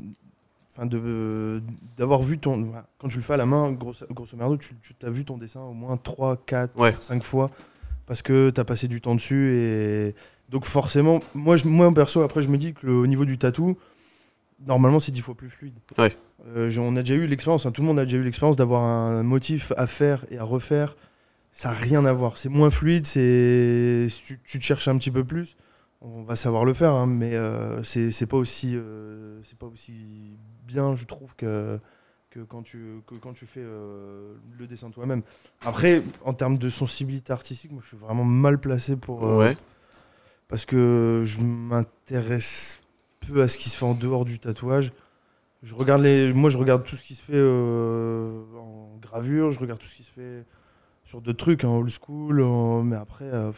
S7: enfin de d'avoir vu ton quand tu le fais à la main grosso, grosso merdo tu, tu as vu ton dessin au moins 3 4
S2: Ouais.
S7: cinq fois parce que tu as passé du temps dessus et donc forcément moi je, moi perso après je me dis que le, au niveau du tatou normalement c'est dix fois plus fluide
S2: Ouais.
S7: Euh, j'ai- on a déjà eu l'expérience hein, tout le monde a déjà eu l'expérience d'avoir un motif à faire et à refaire ça n'a rien à voir c'est moins fluide c'est tu, tu te cherches un petit peu plus on va savoir le faire hein, mais euh, c'est c'est pas aussi euh, c'est pas aussi bien je trouve que que quand tu que quand tu fais euh, le dessin toi-même après, en termes de sensibilité artistique, moi, je suis vraiment mal placé pour. euh, Parce que je m'intéresse peu à ce qui se fait en dehors du tatouage. Je regarde les, moi, je regarde tout ce qui se fait euh, en gravure, je regarde tout ce qui se fait sur d'autres trucs, en old school, en- mais après, euh,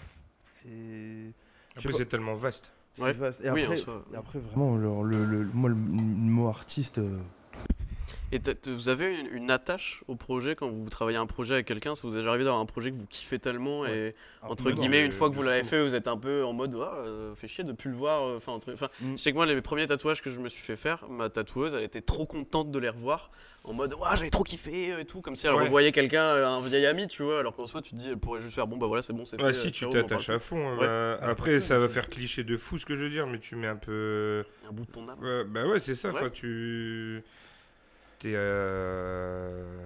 S7: c'est. je sais
S1: Après,
S7: pas,
S1: c'est tellement vaste.
S7: c'est
S2: Ouais.
S7: vaste. Et,
S2: Oui, en
S7: après,
S2: soi,
S7: et après, vraiment, le, le- le- moi, le, le mot artiste. euh,
S2: Et t'as- t'as- vous avez une, une attache au projet quand vous travaillez un projet avec quelqu'un Ça vous est déjà arrivé d'avoir un projet que vous kiffez tellement et entre
S1: non,
S2: guillemets,
S1: mais
S2: une fois que
S1: de
S2: vous l'avez
S1: fou.
S2: fait, vous êtes un peu en mode, ah, euh, fait chier de plus le voir. euh, Enfin, entre- enfin,
S7: Mm.
S2: je sais que moi, les premiers tatouages que je me suis fait faire, ma tatoueuse, elle était trop contente de les revoir, en mode, ouah, j'avais trop kiffé euh, et tout, comme si elle
S1: Ouais.
S2: revoyait quelqu'un, euh, un vieil ami, tu vois. Alors qu'en soi, tu te dis, elle pourrait juste faire, bon, bah voilà, c'est bon, c'est
S1: Ouais,
S2: fait. euh,
S1: si tu
S2: ciao, on en
S1: t'attaches
S2: parle
S1: à fond. hein,
S2: Ouais.
S1: bah,
S7: Ah,
S1: après,
S7: après,
S1: ça va
S7: c'est-
S1: faire cliché de fou ce que je veux dire, mais tu mets un peu.
S2: plus. Un bout de ton âme.
S1: Ouais, bah ouais, c'est ça.
S2: Ouais.
S1: enfin, Tu. T'es. euh,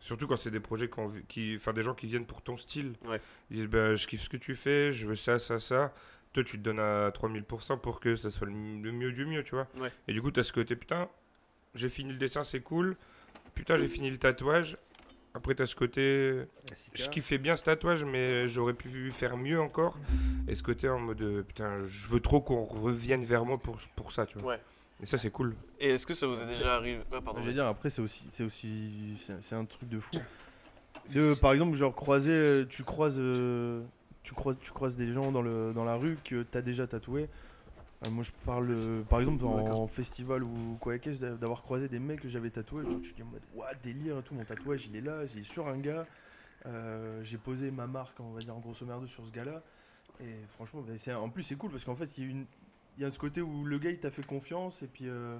S1: Surtout quand c'est des projets qu'on- qui. Enfin, des gens qui viennent pour ton style.
S2: Ouais.
S1: Ils disent bah, Je kiffe ce que tu fais, je veux ça, ça, ça. Toi, tu te donnes à 3000% pour que ça soit le le mieux du mieux, tu vois.
S2: Ouais.
S1: Et du coup, t'as ce côté Putain, j'ai fini le dessin, c'est cool. Putain,
S2: Mm.
S1: j'ai fini le tatouage. Après, t'as ce côté.
S7: hein.
S1: Je kiffais bien ce tatouage, mais j'aurais pu faire mieux encore. Et ce côté en mode euh, putain, je veux trop qu'on revienne vers moi pour, pour ça, tu vois.
S2: Ouais.
S1: Et ça, c'est cool.
S2: Et est-ce que ça vous est déjà arrivé Ah, pardon.
S3: Je veux
S2: vas-y.
S3: dire, après, c'est aussi, c'est aussi, c'est c'est un truc de fou. De, par exemple, genre croiser, euh, tu croises, euh, tu croises, tu croises des gens dans le, dans la rue que t'as déjà tatoué. Euh, moi, je parle, euh, par exemple, en, en festival ou quoi que ce soit, d'avoir croisé des mecs que j'avais tatoués. Genre, je suis en mode, ouah, délire et tout. Mon tatouage, il est là, il est sur un gars. Euh, J'ai posé ma marque, on va dire en grosso merdo, sur ce gars-là. Et franchement, bah, c'est- en plus, c'est cool parce qu'en fait, il y a une- il y a ce côté où le gars, il t'a fait confiance et puis. euh,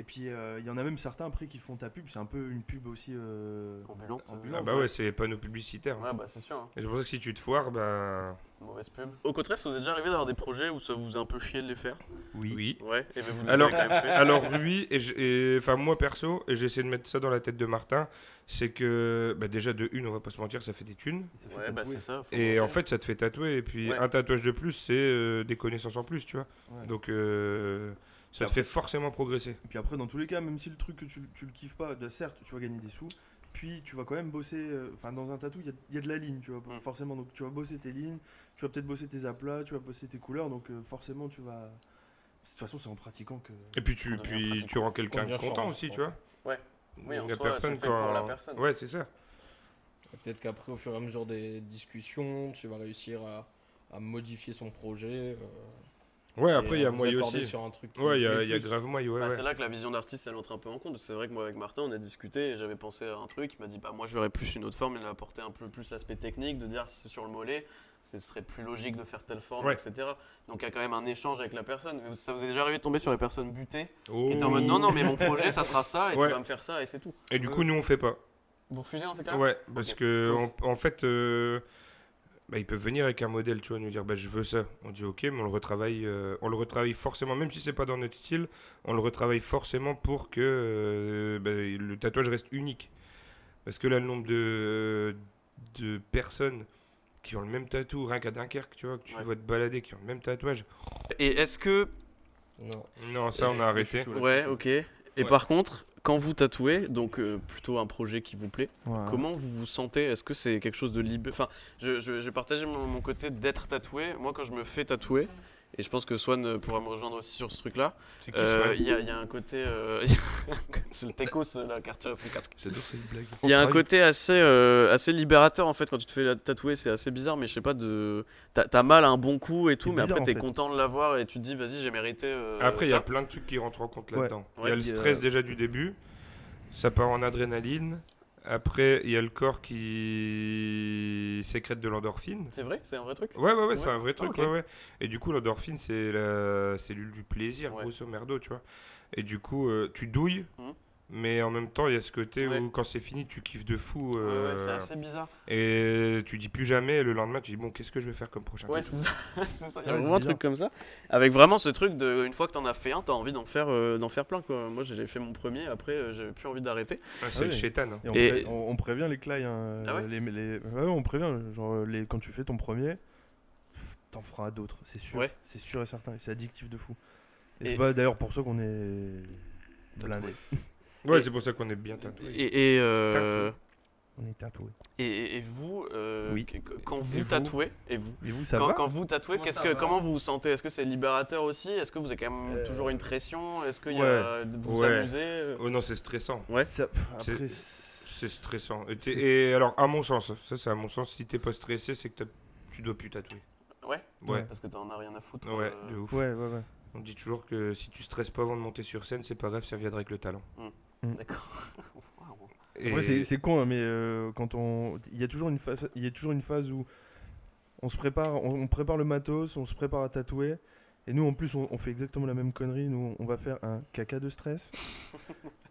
S7: Et puis euh, il y en a même certains après qui font ta pub, c'est un peu une pub aussi. euh,
S2: Ambulante.
S1: Ah
S7: ambulante.
S1: bah ouais, c'est les panneaux publicitaires.
S2: Ouais, bah c'est sûr. hein.
S1: Et c'est pour ça que si tu te foires, bah.
S2: Mauvaise pub. Au contraire, ça vous est déjà arrivé d'avoir des projets où ça vous a un peu chié de les faire
S1: Oui.
S2: Ouais, et ben vous les
S1: Alors-
S2: avez quand même fait.
S1: Alors lui, et j- et- enfin moi perso, et j'essaie de mettre ça dans la tête de Martin, c'est que bah, déjà de une, on va pas se mentir, ça fait des thunes.
S7: Et ça fait
S2: Ouais, bah
S7: tatouer.
S2: c'est ça. faut
S1: Et
S2: manger.
S1: en fait, ça te fait tatouer. Et puis,
S2: Ouais.
S1: un tatouage de plus, c'est euh, des connaissances en plus, tu vois.
S7: Ouais.
S1: Donc, euh, ça te fait forcément progresser.
S7: Et puis après, dans tous les cas, même si le truc que tu, tu le kiffes pas, bah, certes, tu vas gagner des sous. Puis tu vas quand même bosser. euh, Enfin, dans un tatou, il y a- il y, a de la ligne, tu vois,
S2: Mm.
S7: forcément. Donc tu vas bosser tes lignes, tu vas peut-être bosser tes aplats, tu vas bosser tes couleurs. Donc euh, forcément, tu vas. De toute façon, c'est en pratiquant que.
S1: Et puis, tu,
S2: On devient
S1: puis,
S2: pratique.
S1: tu rends quelqu'un
S6: On devient
S1: content
S6: changeant,
S1: aussi,
S6: je
S1: tu vois.
S2: Ouais. Oui, en
S1: La
S2: soi,
S1: personne,
S2: c'est fait pour
S1: quand-
S2: la personne.
S1: Ouais, c'est ça.
S6: Peut-être qu'après, au fur et à mesure des discussions, tu vas réussir à, à modifier son projet. euh,
S1: Ouais,
S6: et
S1: après, il y
S6: à
S1: a
S6: vous
S1: moyen
S6: attarder
S1: aussi.
S6: Sur un truc qui
S1: Ouais, il y
S6: vous
S1: a,
S6: plaît
S1: il y a
S6: plus.
S1: grave moyen, ouais.
S2: Bah,
S1: ouais.
S2: C'est là que la vision d'artiste elle entre un peu en compte. parce que C'est vrai que moi avec Martin on a discuté et j'avais pensé à un truc. Il m'a dit bah moi j'aurais plus une autre forme. Il a apporté un peu plus l'aspect technique de dire si c'est sur le mollet, ce serait plus logique de faire telle forme,
S1: Ouais.
S2: etc. Donc il y a quand même un échange avec la personne. Mais ça vous est déjà arrivé de tomber sur les personnes butées qui étaient en
S1: Oh.
S2: mode non non mais mon projet ça sera ça et
S1: Ouais.
S2: tu vas me faire ça et c'est tout.
S1: Et du coup, nous, on fait pas.
S2: Vous refusez en ces cas
S1: Ouais, parce que,
S2: Tous.
S1: en, en fait, euh, bah, ils peuvent venir avec un modèle, tu vois, nous dire, bah, je veux ça. On dit, ok, mais on le retravaille, euh, on le retravaille forcément, même si c'est pas dans notre style, on le retravaille forcément pour que euh, bah, le tatouage reste unique. Parce que là, le nombre de, de personnes qui ont le même tatou, rien qu'à Dunkerque, tu vois, que tu
S2: Ouais.
S1: vas te balader, qui ont le même tatouage.
S2: Et est-ce que
S6: Non.
S1: Non, ça, on a arrêté.
S2: ouais ok. Et par contre quand vous tatouez donc euh, plutôt un projet qui vous plaît.
S7: Ah.
S2: Comment vous vous sentez Est-ce que c'est quelque chose de libre Enfin, je, je, je partageais mon, mon côté d'être tatoué. Moi, quand je me fais tatouer, et je pense que Swan euh, pourra me rejoindre aussi sur ce truc-là,
S1: C'est qui
S2: euh,
S1: ça
S2: il y, a- il y a un côté. euh, il y a un côté- c'est le techos, euh, là, quartier son casque.
S1: J'adore cette blague.
S2: Il y a un côté assez, euh, assez libérateur en fait quand tu te fais la- tatouer, c'est assez bizarre, mais je sais pas, de... t'as t'as mal à un bon coup et tout,
S7: C'est
S2: mais
S7: bizarre,
S2: après t'es
S7: en fait.
S2: content de l'avoir et tu te dis vas-y, j'ai mérité. euh,
S1: Après, il y a
S2: ça.
S1: plein de trucs qui rentrent en compte
S7: Ouais.
S1: là-dedans. Il y
S2: Ouais,
S1: a le
S7: puis, euh,
S1: stress déjà du début, ça part en adrénaline. Après, il y a le corps qui sécrète de l'endorphine.
S2: C'est vrai, c'est un vrai truc.
S1: Ouais, ouais, ouais, c'est
S2: Ouais.
S1: un vrai truc.
S2: ok.
S1: ouais, ouais. Et du coup, l'endorphine, c'est la cellule du plaisir,
S2: Ouais.
S1: grosso merdo, tu vois. Et du coup, euh, tu douilles,
S2: Mhm.
S1: mais en même temps, il y a ce côté
S2: Ouais.
S1: où quand c'est fini, tu kiffes de fou.
S2: Ouais, ouais,
S1: euh,
S2: c'est assez bizarre.
S1: Et tu dis plus jamais, et le lendemain, tu dis, bon, qu'est-ce que je vais faire comme prochain
S2: Ouais,
S1: truc
S2: c'est ça. c'est ça. Il y a
S7: Ouais, c'est
S2: vraiment un
S7: bizarre.
S2: truc comme ça. Avec vraiment ce truc de, une fois que t'en as fait un, t'as envie d'en faire, euh, d'en faire plein. Quoi. Moi, j'ai fait mon premier, après, euh, j'avais plus envie d'arrêter.
S1: Ah, C'est
S7: Ah
S1: le
S7: ouais.
S1: chétan. hein.
S7: Et on,
S2: Et-
S7: pré- on- on prévient les clients. hein,
S2: Ah ouais
S7: les, les- ouais, on prévient. Genre, euh, les, quand tu fais ton premier, pff, t'en feras d'autres, c'est sûr.
S2: Ouais.
S7: C'est sûr et certain. Et c'est addictif de fou. Et,
S2: Et-
S7: c'est pas d'ailleurs pour ça qu'on est blindé.
S1: Ouais,
S2: Et-
S1: c'est pour ça qu'on est bien tatoué.
S2: Et, et, euh,
S7: On est tatoué.
S2: et, et vous, euh,
S7: Oui.
S2: qu- qu- quand
S7: Et
S2: vous
S7: vous
S2: tatouez, et vous
S7: Et vous, ça
S2: quand,
S7: va
S2: quand vous tatouez,
S6: Moi,
S2: qu'est-ce
S6: ça
S2: que,
S6: va.
S2: comment vous vous sentez Est-ce que c'est libérateur aussi Est-ce que vous avez quand même
S7: Euh,
S2: toujours une pression Est-ce que y a, vous
S1: Ouais.
S2: amusez euh,
S1: Oh non, c'est stressant.
S7: Ça- pff,
S1: C'est-
S7: après, c'est-
S1: C'est stressant. Et, t'es-
S7: C'est-
S1: et alors, à mon sens, ça c'est à mon sens, si t'es pas stressé, c'est que t'as- tu dois plus tatouer.
S2: Ouais.
S1: Ouais.
S2: Parce que t'en as rien à foutre.
S1: Ouais,
S2: euh,
S1: de ouf.
S7: Ouais, ouais, ouais.
S1: On dit toujours que si tu stresses pas avant de monter sur scène, c'est pas grave, ça viendra avec le talent.
S2: D'accord. Waouh.
S1: Et
S7: Après, c'est- c'est con, hein, mais euh, quand on, il y a toujours une phase, il y a toujours une phase où on se prépare, on, on prépare le matos, on se prépare à tatouer, et nous en plus on, on fait exactement la même connerie. Nous, on va faire un caca de stress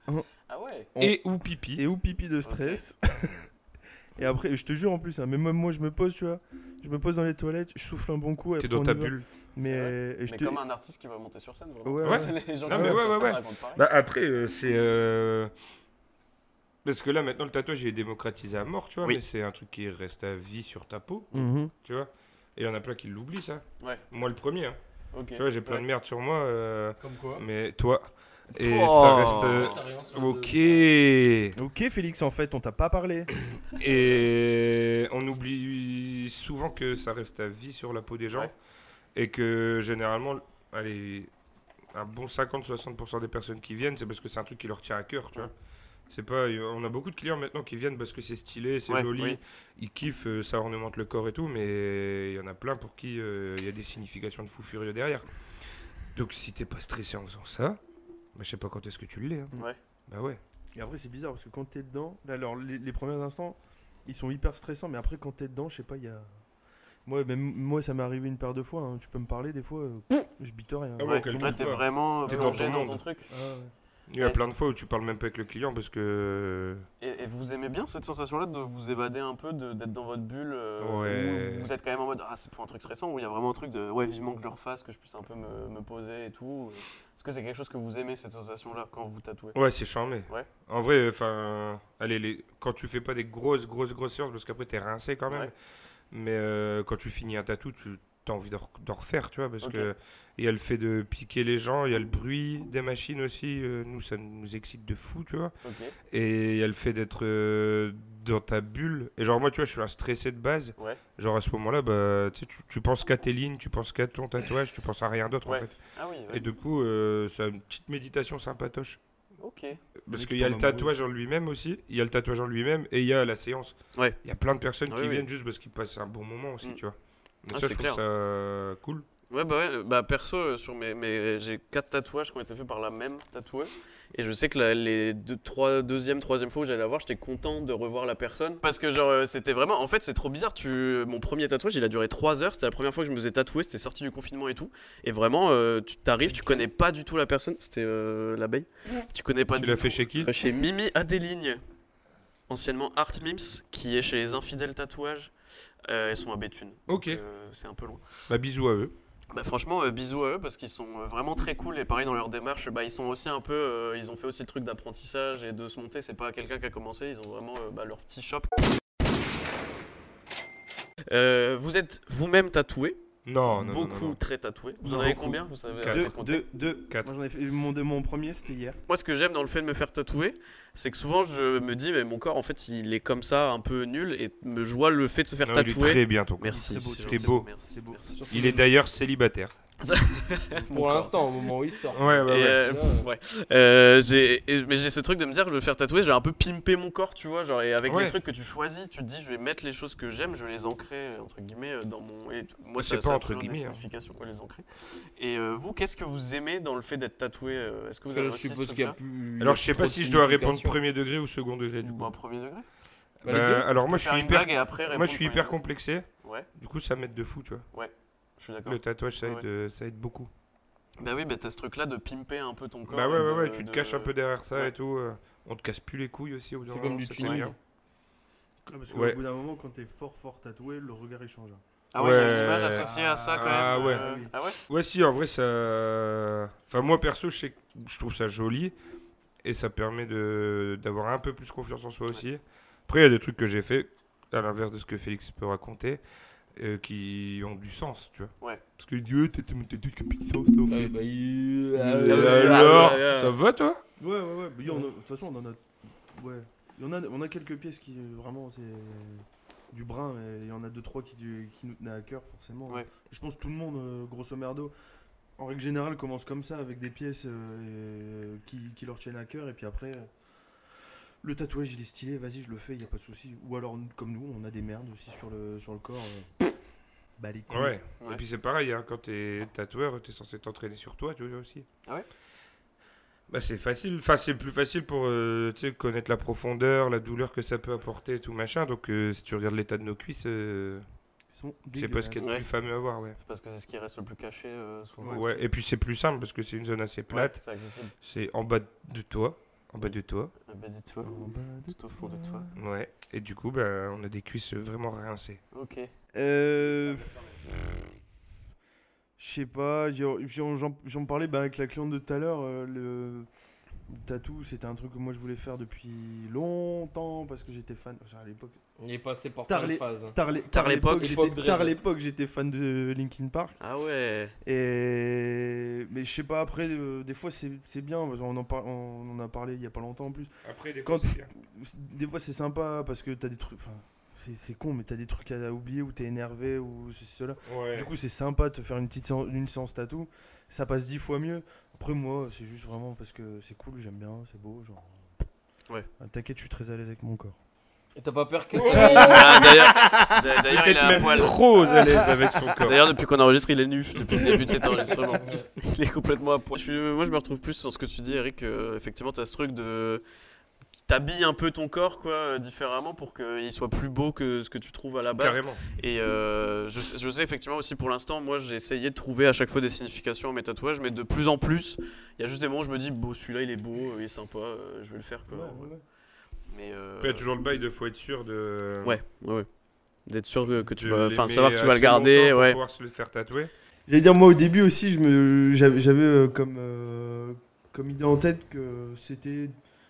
S2: Ah ouais
S1: Et ou pipi.
S7: et ou pipi de stress. et après, je te jure en plus, hein, mais même moi je me pose, tu vois, je me pose dans les toilettes, je souffle un bon coup.
S1: T'es
S7: après,
S1: dans
S7: on
S1: ta
S7: y va.
S1: bulle.
S7: Mais,
S2: C'est
S7: et je
S2: Mais
S7: te-
S2: comme un artiste qui va monter sur scène, vraiment.
S7: Ouais,
S1: ouais.
S2: Les gens
S1: Non,
S2: qui
S1: mais
S2: montent
S1: ouais,
S2: sur
S1: ouais,
S2: scène
S1: ouais.
S2: racontent pareil.
S1: Bah après, euh, c'est. euh, Parce que là, maintenant, le tatouage il est démocratisé à mort, tu vois,
S2: Oui.
S1: mais c'est un truc qui reste à vie sur ta peau,
S7: Mhm.
S1: tu vois. Et il y en a plein qui l'oublient, ça.
S2: Ouais.
S1: Moi, le premier. hein.
S2: Ok.
S1: Tu vois, j'ai plein de merde sur moi, euh,
S6: Comme quoi
S1: mais toi. Et
S2: Oh.
S1: ça reste. euh,
S6: Ah, T'as rien sur le-
S1: Ok. Et
S7: Ok Félix, en fait, on t'a pas parlé.
S1: on oublie souvent que ça reste à vie sur la peau des gens.
S2: Ouais.
S1: Et que généralement, allez, un bon 50-60% des personnes qui viennent, c'est parce que c'est un truc qui leur tient à cœur. Tu vois.
S2: Ouais.
S1: C'est pas, on a beaucoup de clients maintenant qui viennent parce que c'est stylé, c'est
S2: Ouais,
S1: joli,
S2: oui.
S1: ils kiffent, euh, ça ornemente le corps et tout, mais il y en a plein pour qui euh, il y a des significations de fou furieux derrière. Donc si t'es pas stressé en faisant ça, bah, je sais pas quand est-ce que tu l'es. hein.
S2: Ouais.
S1: Bah ouais.
S7: Et après, c'est bizarre parce que quand t'es dedans, là, alors les, les premiers instants, ils sont hyper stressants, mais après, quand t'es dedans, je sais pas, il y a. Moi, même moi, ça m'est arrivé une paire de fois. hein. Tu peux me parler des fois, euh, je bite rien.
S1: Ah ouais,
S2: Ouais,
S1: auquel
S2: là,
S1: compte
S2: t'es
S1: pas.
S2: vraiment
S1: T'es dans
S2: plongé
S1: ton
S2: dans
S1: monde.
S2: ton truc.
S7: Ah ouais.
S1: Il y a plein de fois où tu parles même pas avec le client parce que.
S2: Et, et vous aimez bien cette sensation-là de vous évader un peu, de- d'être dans votre bulle euh,
S1: Ouais.
S2: où Vous êtes quand même en mode, ah, c'est pour un truc stressant, où il y a vraiment un truc de, ouais, vivement que je le refasse, que je puisse un peu me, me poser et tout. Est-ce que c'est quelque chose que vous aimez, cette sensation-là, quand vous tatouez
S1: euh, Ouais, c'est charmé.
S2: Ouais.
S1: En vrai, enfin, allez, les- quand tu fais pas des grosses, grosses, grosses séances, parce qu'après t'es rincé quand même.
S2: Ouais.
S1: Mais euh, quand tu finis un tatou, tu as envie d'en re- d'en refaire, tu vois, parce
S2: Ok.
S1: que il y a le fait de piquer les gens, il y a le bruit des machines aussi. euh, nous, ça nous excite de fou, tu vois.
S2: Ok.
S1: Et il y a le fait d'être euh, dans ta bulle. Et genre, moi, tu vois, je suis un stressé de base.
S2: Ouais.
S1: Genre, à ce moment-là, bah, tu, sais, tu- tu penses qu'à tes lignes, tu penses qu'à ton tatouage, tu penses à rien d'autre,
S2: Ouais.
S1: en fait.
S2: Ah oui, ouais.
S1: Et du coup, euh, c'est une petite méditation sympatoche.
S2: ok.
S1: Parce
S7: Mec
S1: qu'il y a
S7: qui
S1: le
S7: tombe amoureux.
S1: tatouage en lui-même aussi, il y a le tatouage en lui-même et il y a la séance.
S2: Ouais.
S1: Il y a plein de personnes
S2: Ah
S1: qui
S2: oui, oui.
S1: viennent juste parce qu'ils passent un bon moment aussi,
S2: Mm.
S1: tu vois. Donc
S2: Ah,
S1: ça,
S2: c'est
S1: je
S2: clair.
S1: trouve ça euh, cool.
S2: Ouais, bah ouais, bah perso, euh, sur mes, mes- j'ai quatre tatouages qui ont été faits par la même tatoueuse. Et je sais que la- les deux, trois, deuxième, troisième fois où j'allais la voir, j'étais content de revoir la personne. Parce que, genre, euh, c'était vraiment. En fait, c'est trop bizarre. Tu, mon premier tatouage, il a duré trois heures. C'était la première fois que je me faisais tatouer. C'était sorti du confinement et tout. Et vraiment, euh, tu t'arrives, tu connais pas du tout la personne. C'était euh, l'abeille. Tu connais pas
S1: Tu
S2: du
S1: l'as
S2: tout.
S1: fait chez qui
S2: Euh, Chez Mimi Adéligne, anciennement Art Mims, qui est chez les infidèles tatouages. Euh, elles sont à Béthune.
S1: Ok.
S2: Euh, c'est un peu loin.
S1: Bah, bisous à eux.
S2: Bah franchement, euh, bisous à eux parce qu'ils sont euh, vraiment très cool et pareil dans leur démarche, bah, ils sont aussi un peu, euh, ils ont fait aussi le truc d'apprentissage et de se monter. C'est pas quelqu'un qui a commencé, ils ont vraiment euh, bah, leur petit shop. Euh, vous êtes vous-même tatoué,
S1: Oh, Non, non, non,
S2: beaucoup
S1: non, non.
S2: très tatoué. Vous
S1: Non,
S2: en avez
S1: beaucoup.
S2: combien Vous savez
S1: Quatre.
S2: peut-être
S3: Deux,
S2: compter
S3: deux, deux.
S1: Quatre.
S3: Moi, j'en ai fait- mon, de- mon premier, c'était hier.
S2: Moi, ce que j'aime dans le fait de me faire tatouer, c'est que souvent je me dis, mais mon corps en fait, il est comme ça, un peu nul, et me joie le fait de se faire
S1: Non, il est
S2: tatouer.
S1: très bien ton corps.
S2: Merci,
S3: Il est très beau,
S2: c'est
S3: tu
S1: es
S2: gentil.
S1: beau.
S2: Merci,
S3: C'est beau.
S2: merci.
S1: Il est d'ailleurs célibataire.
S6: Pour l'instant, au moment où il sort.
S1: Ouais, bah,
S2: Et,
S1: ouais.
S2: euh, pff, ouais. Euh, j'ai- et- mais j'ai ce truc de me dire que je vais me faire tatouer, je vais un peu pimper mon corps, tu vois. Genre, et avec
S1: Ouais.
S2: les trucs que tu choisis, tu te dis, je vais mettre les choses que j'aime, je vais les ancrer, euh, entre guillemets, euh, dans mon. Et, tu- moi,
S1: C'est
S2: ça-
S1: pas
S2: ça a
S1: entre
S2: toujours des
S1: guillemets, hein.
S2: significations, quoi, les ancrer. Et euh, vous, qu'est-ce que vous aimez dans le fait d'être tatoué euh, Est-ce que vous avez
S6: Je
S2: aussi ce
S6: suppose qu'il y a
S2: truc-là
S6: plus.
S1: Alors, je sais
S6: trop
S1: pas
S6: de
S1: si je dois répondre
S6: signification.
S1: premier degré ou second degré, du
S2: Ou un
S1: coup.
S2: premier degré
S6: Bah,
S1: Bah,
S6: les deux.
S1: alors, moi, je
S2: Faire
S1: suis
S2: une
S1: hyper,
S2: blague et après
S1: moi,
S2: répondre
S1: je suis
S2: premier
S1: hyper
S2: degré.
S1: complexé.
S2: Ouais,
S1: Du coup, ça m'aide de fou, tu vois.
S2: je suis d'accord.
S1: Le tatouage, ça
S2: Ouais.
S1: aide, euh, ça aide beaucoup.
S2: Bah oui, bah t'as ce truc-là de pimper un peu ton corps.
S1: Bah ouais,
S2: et
S1: ouais,
S2: de-
S1: ouais, tu te
S2: de-
S1: caches un peu derrière ça
S2: ouais.
S1: et tout. euh, On te casse plus les couilles aussi au bout d'un
S6: C'est comme
S1: moment,
S6: du
S1: ça, c'est
S6: tuning.
S1: bien.
S7: Ah, parce
S1: Ouais.
S7: qu'au bout d'un moment, quand t'es fort, fort tatoué, le regard il change. hein.
S2: Ah ouais, il y a
S1: Ouais.
S2: une image associée à ça quand même.
S1: Ah ouais.
S2: euh, Ah ouais
S1: Ouais, si, en vrai, ça. Enfin, moi perso, je, sais que je trouve ça joli et ça permet de d'avoir un peu plus confiance en soi aussi. Après, il y a des trucs que j'ai fait, à l'inverse de ce que Félix peut raconter, euh, qui ont du sens, tu vois.
S2: Ouais.
S1: Parce que Dieu, t'es mon tatouage qui a plus de sens, toi, en
S6: Ouais,
S1: fait.
S6: bah, il-
S1: Et
S6: Euh,
S1: alors,
S6: euh, euh,
S1: ça va, toi
S7: Ouais, ouais, ouais. mais y en a- De toute façon, on en a. Ouais. Il y en a, on a quelques pièces qui euh, vraiment c'est du brin, mais il y en a deux trois qui, du- qui nous tenaient à cœur forcément.
S2: Ouais.
S7: Je pense que tout le monde, euh, grosso merdo, en règle générale, commence comme ça avec des pièces euh, et- qui, qui leur tiennent à cœur et puis après. euh, le tatouage il est stylé, vas-y je le fais, il y a pas de souci. Ou alors comme nous, on a des merdes aussi sur le sur le corps. euh, bah les couilles.
S1: Ah Ouais.
S2: Ouais.
S1: Et puis c'est pareil, hein, quand t'es tatoueur, t'es censé t'entraîner sur toi, tu vois aussi.
S2: Ah ouais
S1: Bah c'est facile, enfin c'est plus facile pour euh, tu sais, connaître la profondeur, la douleur que ça peut apporter et tout machin. Donc euh, si tu regardes l'état de nos cuisses, euh,
S7: Ils sont
S1: c'est pas ce qu'il y a de
S2: Ouais.
S1: plus fameux à voir, ouais.
S2: C'est parce que c'est ce qui reste le plus caché euh, souvent.
S1: Ouais, et puis c'est plus simple parce que c'est une zone assez
S2: Ouais,
S1: plate,
S2: c'est accessible.
S1: c'est en bas de toi, en bas de toi,
S2: Ah bah, dis-toi,
S7: dégueulasses.
S2: tout au fond de toi.
S1: ouais. Et du coup, bah, on a des cuisses vraiment rincées.
S2: Ok.
S3: Euh. Je sais pas, j'en- j'en j'en- j'en parlais bah, avec la cliente de tout à l'heure. euh, le le tatou, c'était un truc que moi je voulais faire depuis longtemps parce que j'étais fan. enfin, à l'époque.
S6: Il est passé par
S3: Tard
S6: telle
S3: les-
S6: phase.
S3: Tard l'é-
S2: Tard
S3: tard l'époque,
S2: l'époque,
S3: j'étais-
S6: époque
S3: tard
S6: Dread.
S3: l'époque, j'étais fan de Linkin Park.
S2: Ah ouais.
S3: Et... Mais je sais pas, après, euh, des fois c'est c'est bien, on en, par- on en a parlé il y a pas longtemps en plus.
S1: Après, des
S3: fois, Quand- c'est Des fois c'est sympa parce que t'as des trucs. Enfin, c'est- c'est con, mais t'as des trucs à oublier ou t'es énervé ou ceci, cela. Du coup, c'est sympa de te faire une petite séance, une séance tatou. Ça passe dix fois mieux. Après, moi, c'est juste vraiment parce que c'est cool, j'aime bien, c'est beau. Genre...
S2: Ouais.
S3: Ah, T'inquiète, je suis très à l'aise avec mon corps.
S6: Et t'as pas peur que.
S2: Ah, D'ailleurs, d'a- d'ailleurs, il est
S1: Peut-être
S2: à
S1: même
S2: poil.
S1: trop à l'aise avec son corps.
S2: D'ailleurs, depuis qu'on enregistre, il est nu. Depuis le début de cet enregistrement,
S6: Ouais.
S2: euh, il est complètement à poil. Je suis- moi, je me retrouve plus sur ce que tu dis, Eric. euh, effectivement, t'as ce truc de. t'habilles un peu ton corps quoi euh, différemment pour qu'il soit plus beau que ce que tu trouves à la base.
S1: Carrément.
S2: Et euh, je, sais- je sais effectivement aussi pour l'instant, moi j'ai essayé de trouver à chaque fois des significations à mes tatouages, mais de plus en plus, il y a juste des moments où je me dis, bon, celui-là il est beau, il est sympa, euh, je vais le faire quoi. en vrai. Mais euh,
S1: Après, il y a toujours le bail de faut être sûr de.
S2: ouais, ouais, ouais. D'être sûr que, que tu
S1: Hein. de
S2: vas,
S1: l'aimer
S2: Bah, enfin savoir que tu vas le
S1: assez
S2: garder,
S1: longtemps pour
S2: ouais.
S1: pouvoir se le faire tatouer.
S7: J'allais dire, moi au début aussi, je me- j'avais j'avais, euh, comme, euh, comme idée en tête que c'était.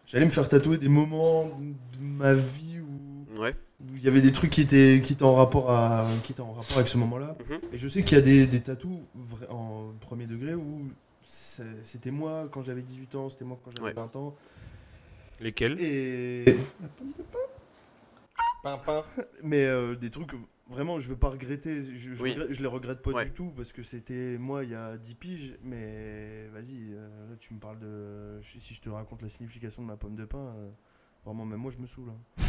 S7: J'allais me faire tatouer des moments de ma vie où
S2: Ouais.
S7: où il y avait des trucs qui étaient, qui étaient, en, rapport à, qui étaient en rapport avec ce moment-là.
S2: Mhm.
S7: Et je sais qu'il y a des, des tatous vra- en premier degré où c'est- c'était moi quand j'avais 18 ans, c'était moi quand j'avais
S2: Ouais.
S7: 20 ans.
S1: Lesquels
S7: Et.
S6: Pimpin.
S7: Mais euh, des trucs, vraiment, je veux pas regretter. Je, je,
S2: Oui.
S7: regrette- je les regrette pas
S2: Ouais.
S7: du tout parce que c'était moi il y a 10 piges. Mais vas-y, euh, là tu me parles de. je- Si je te raconte la signification de ma pomme de pain, euh, vraiment, même moi je me saoule. hein.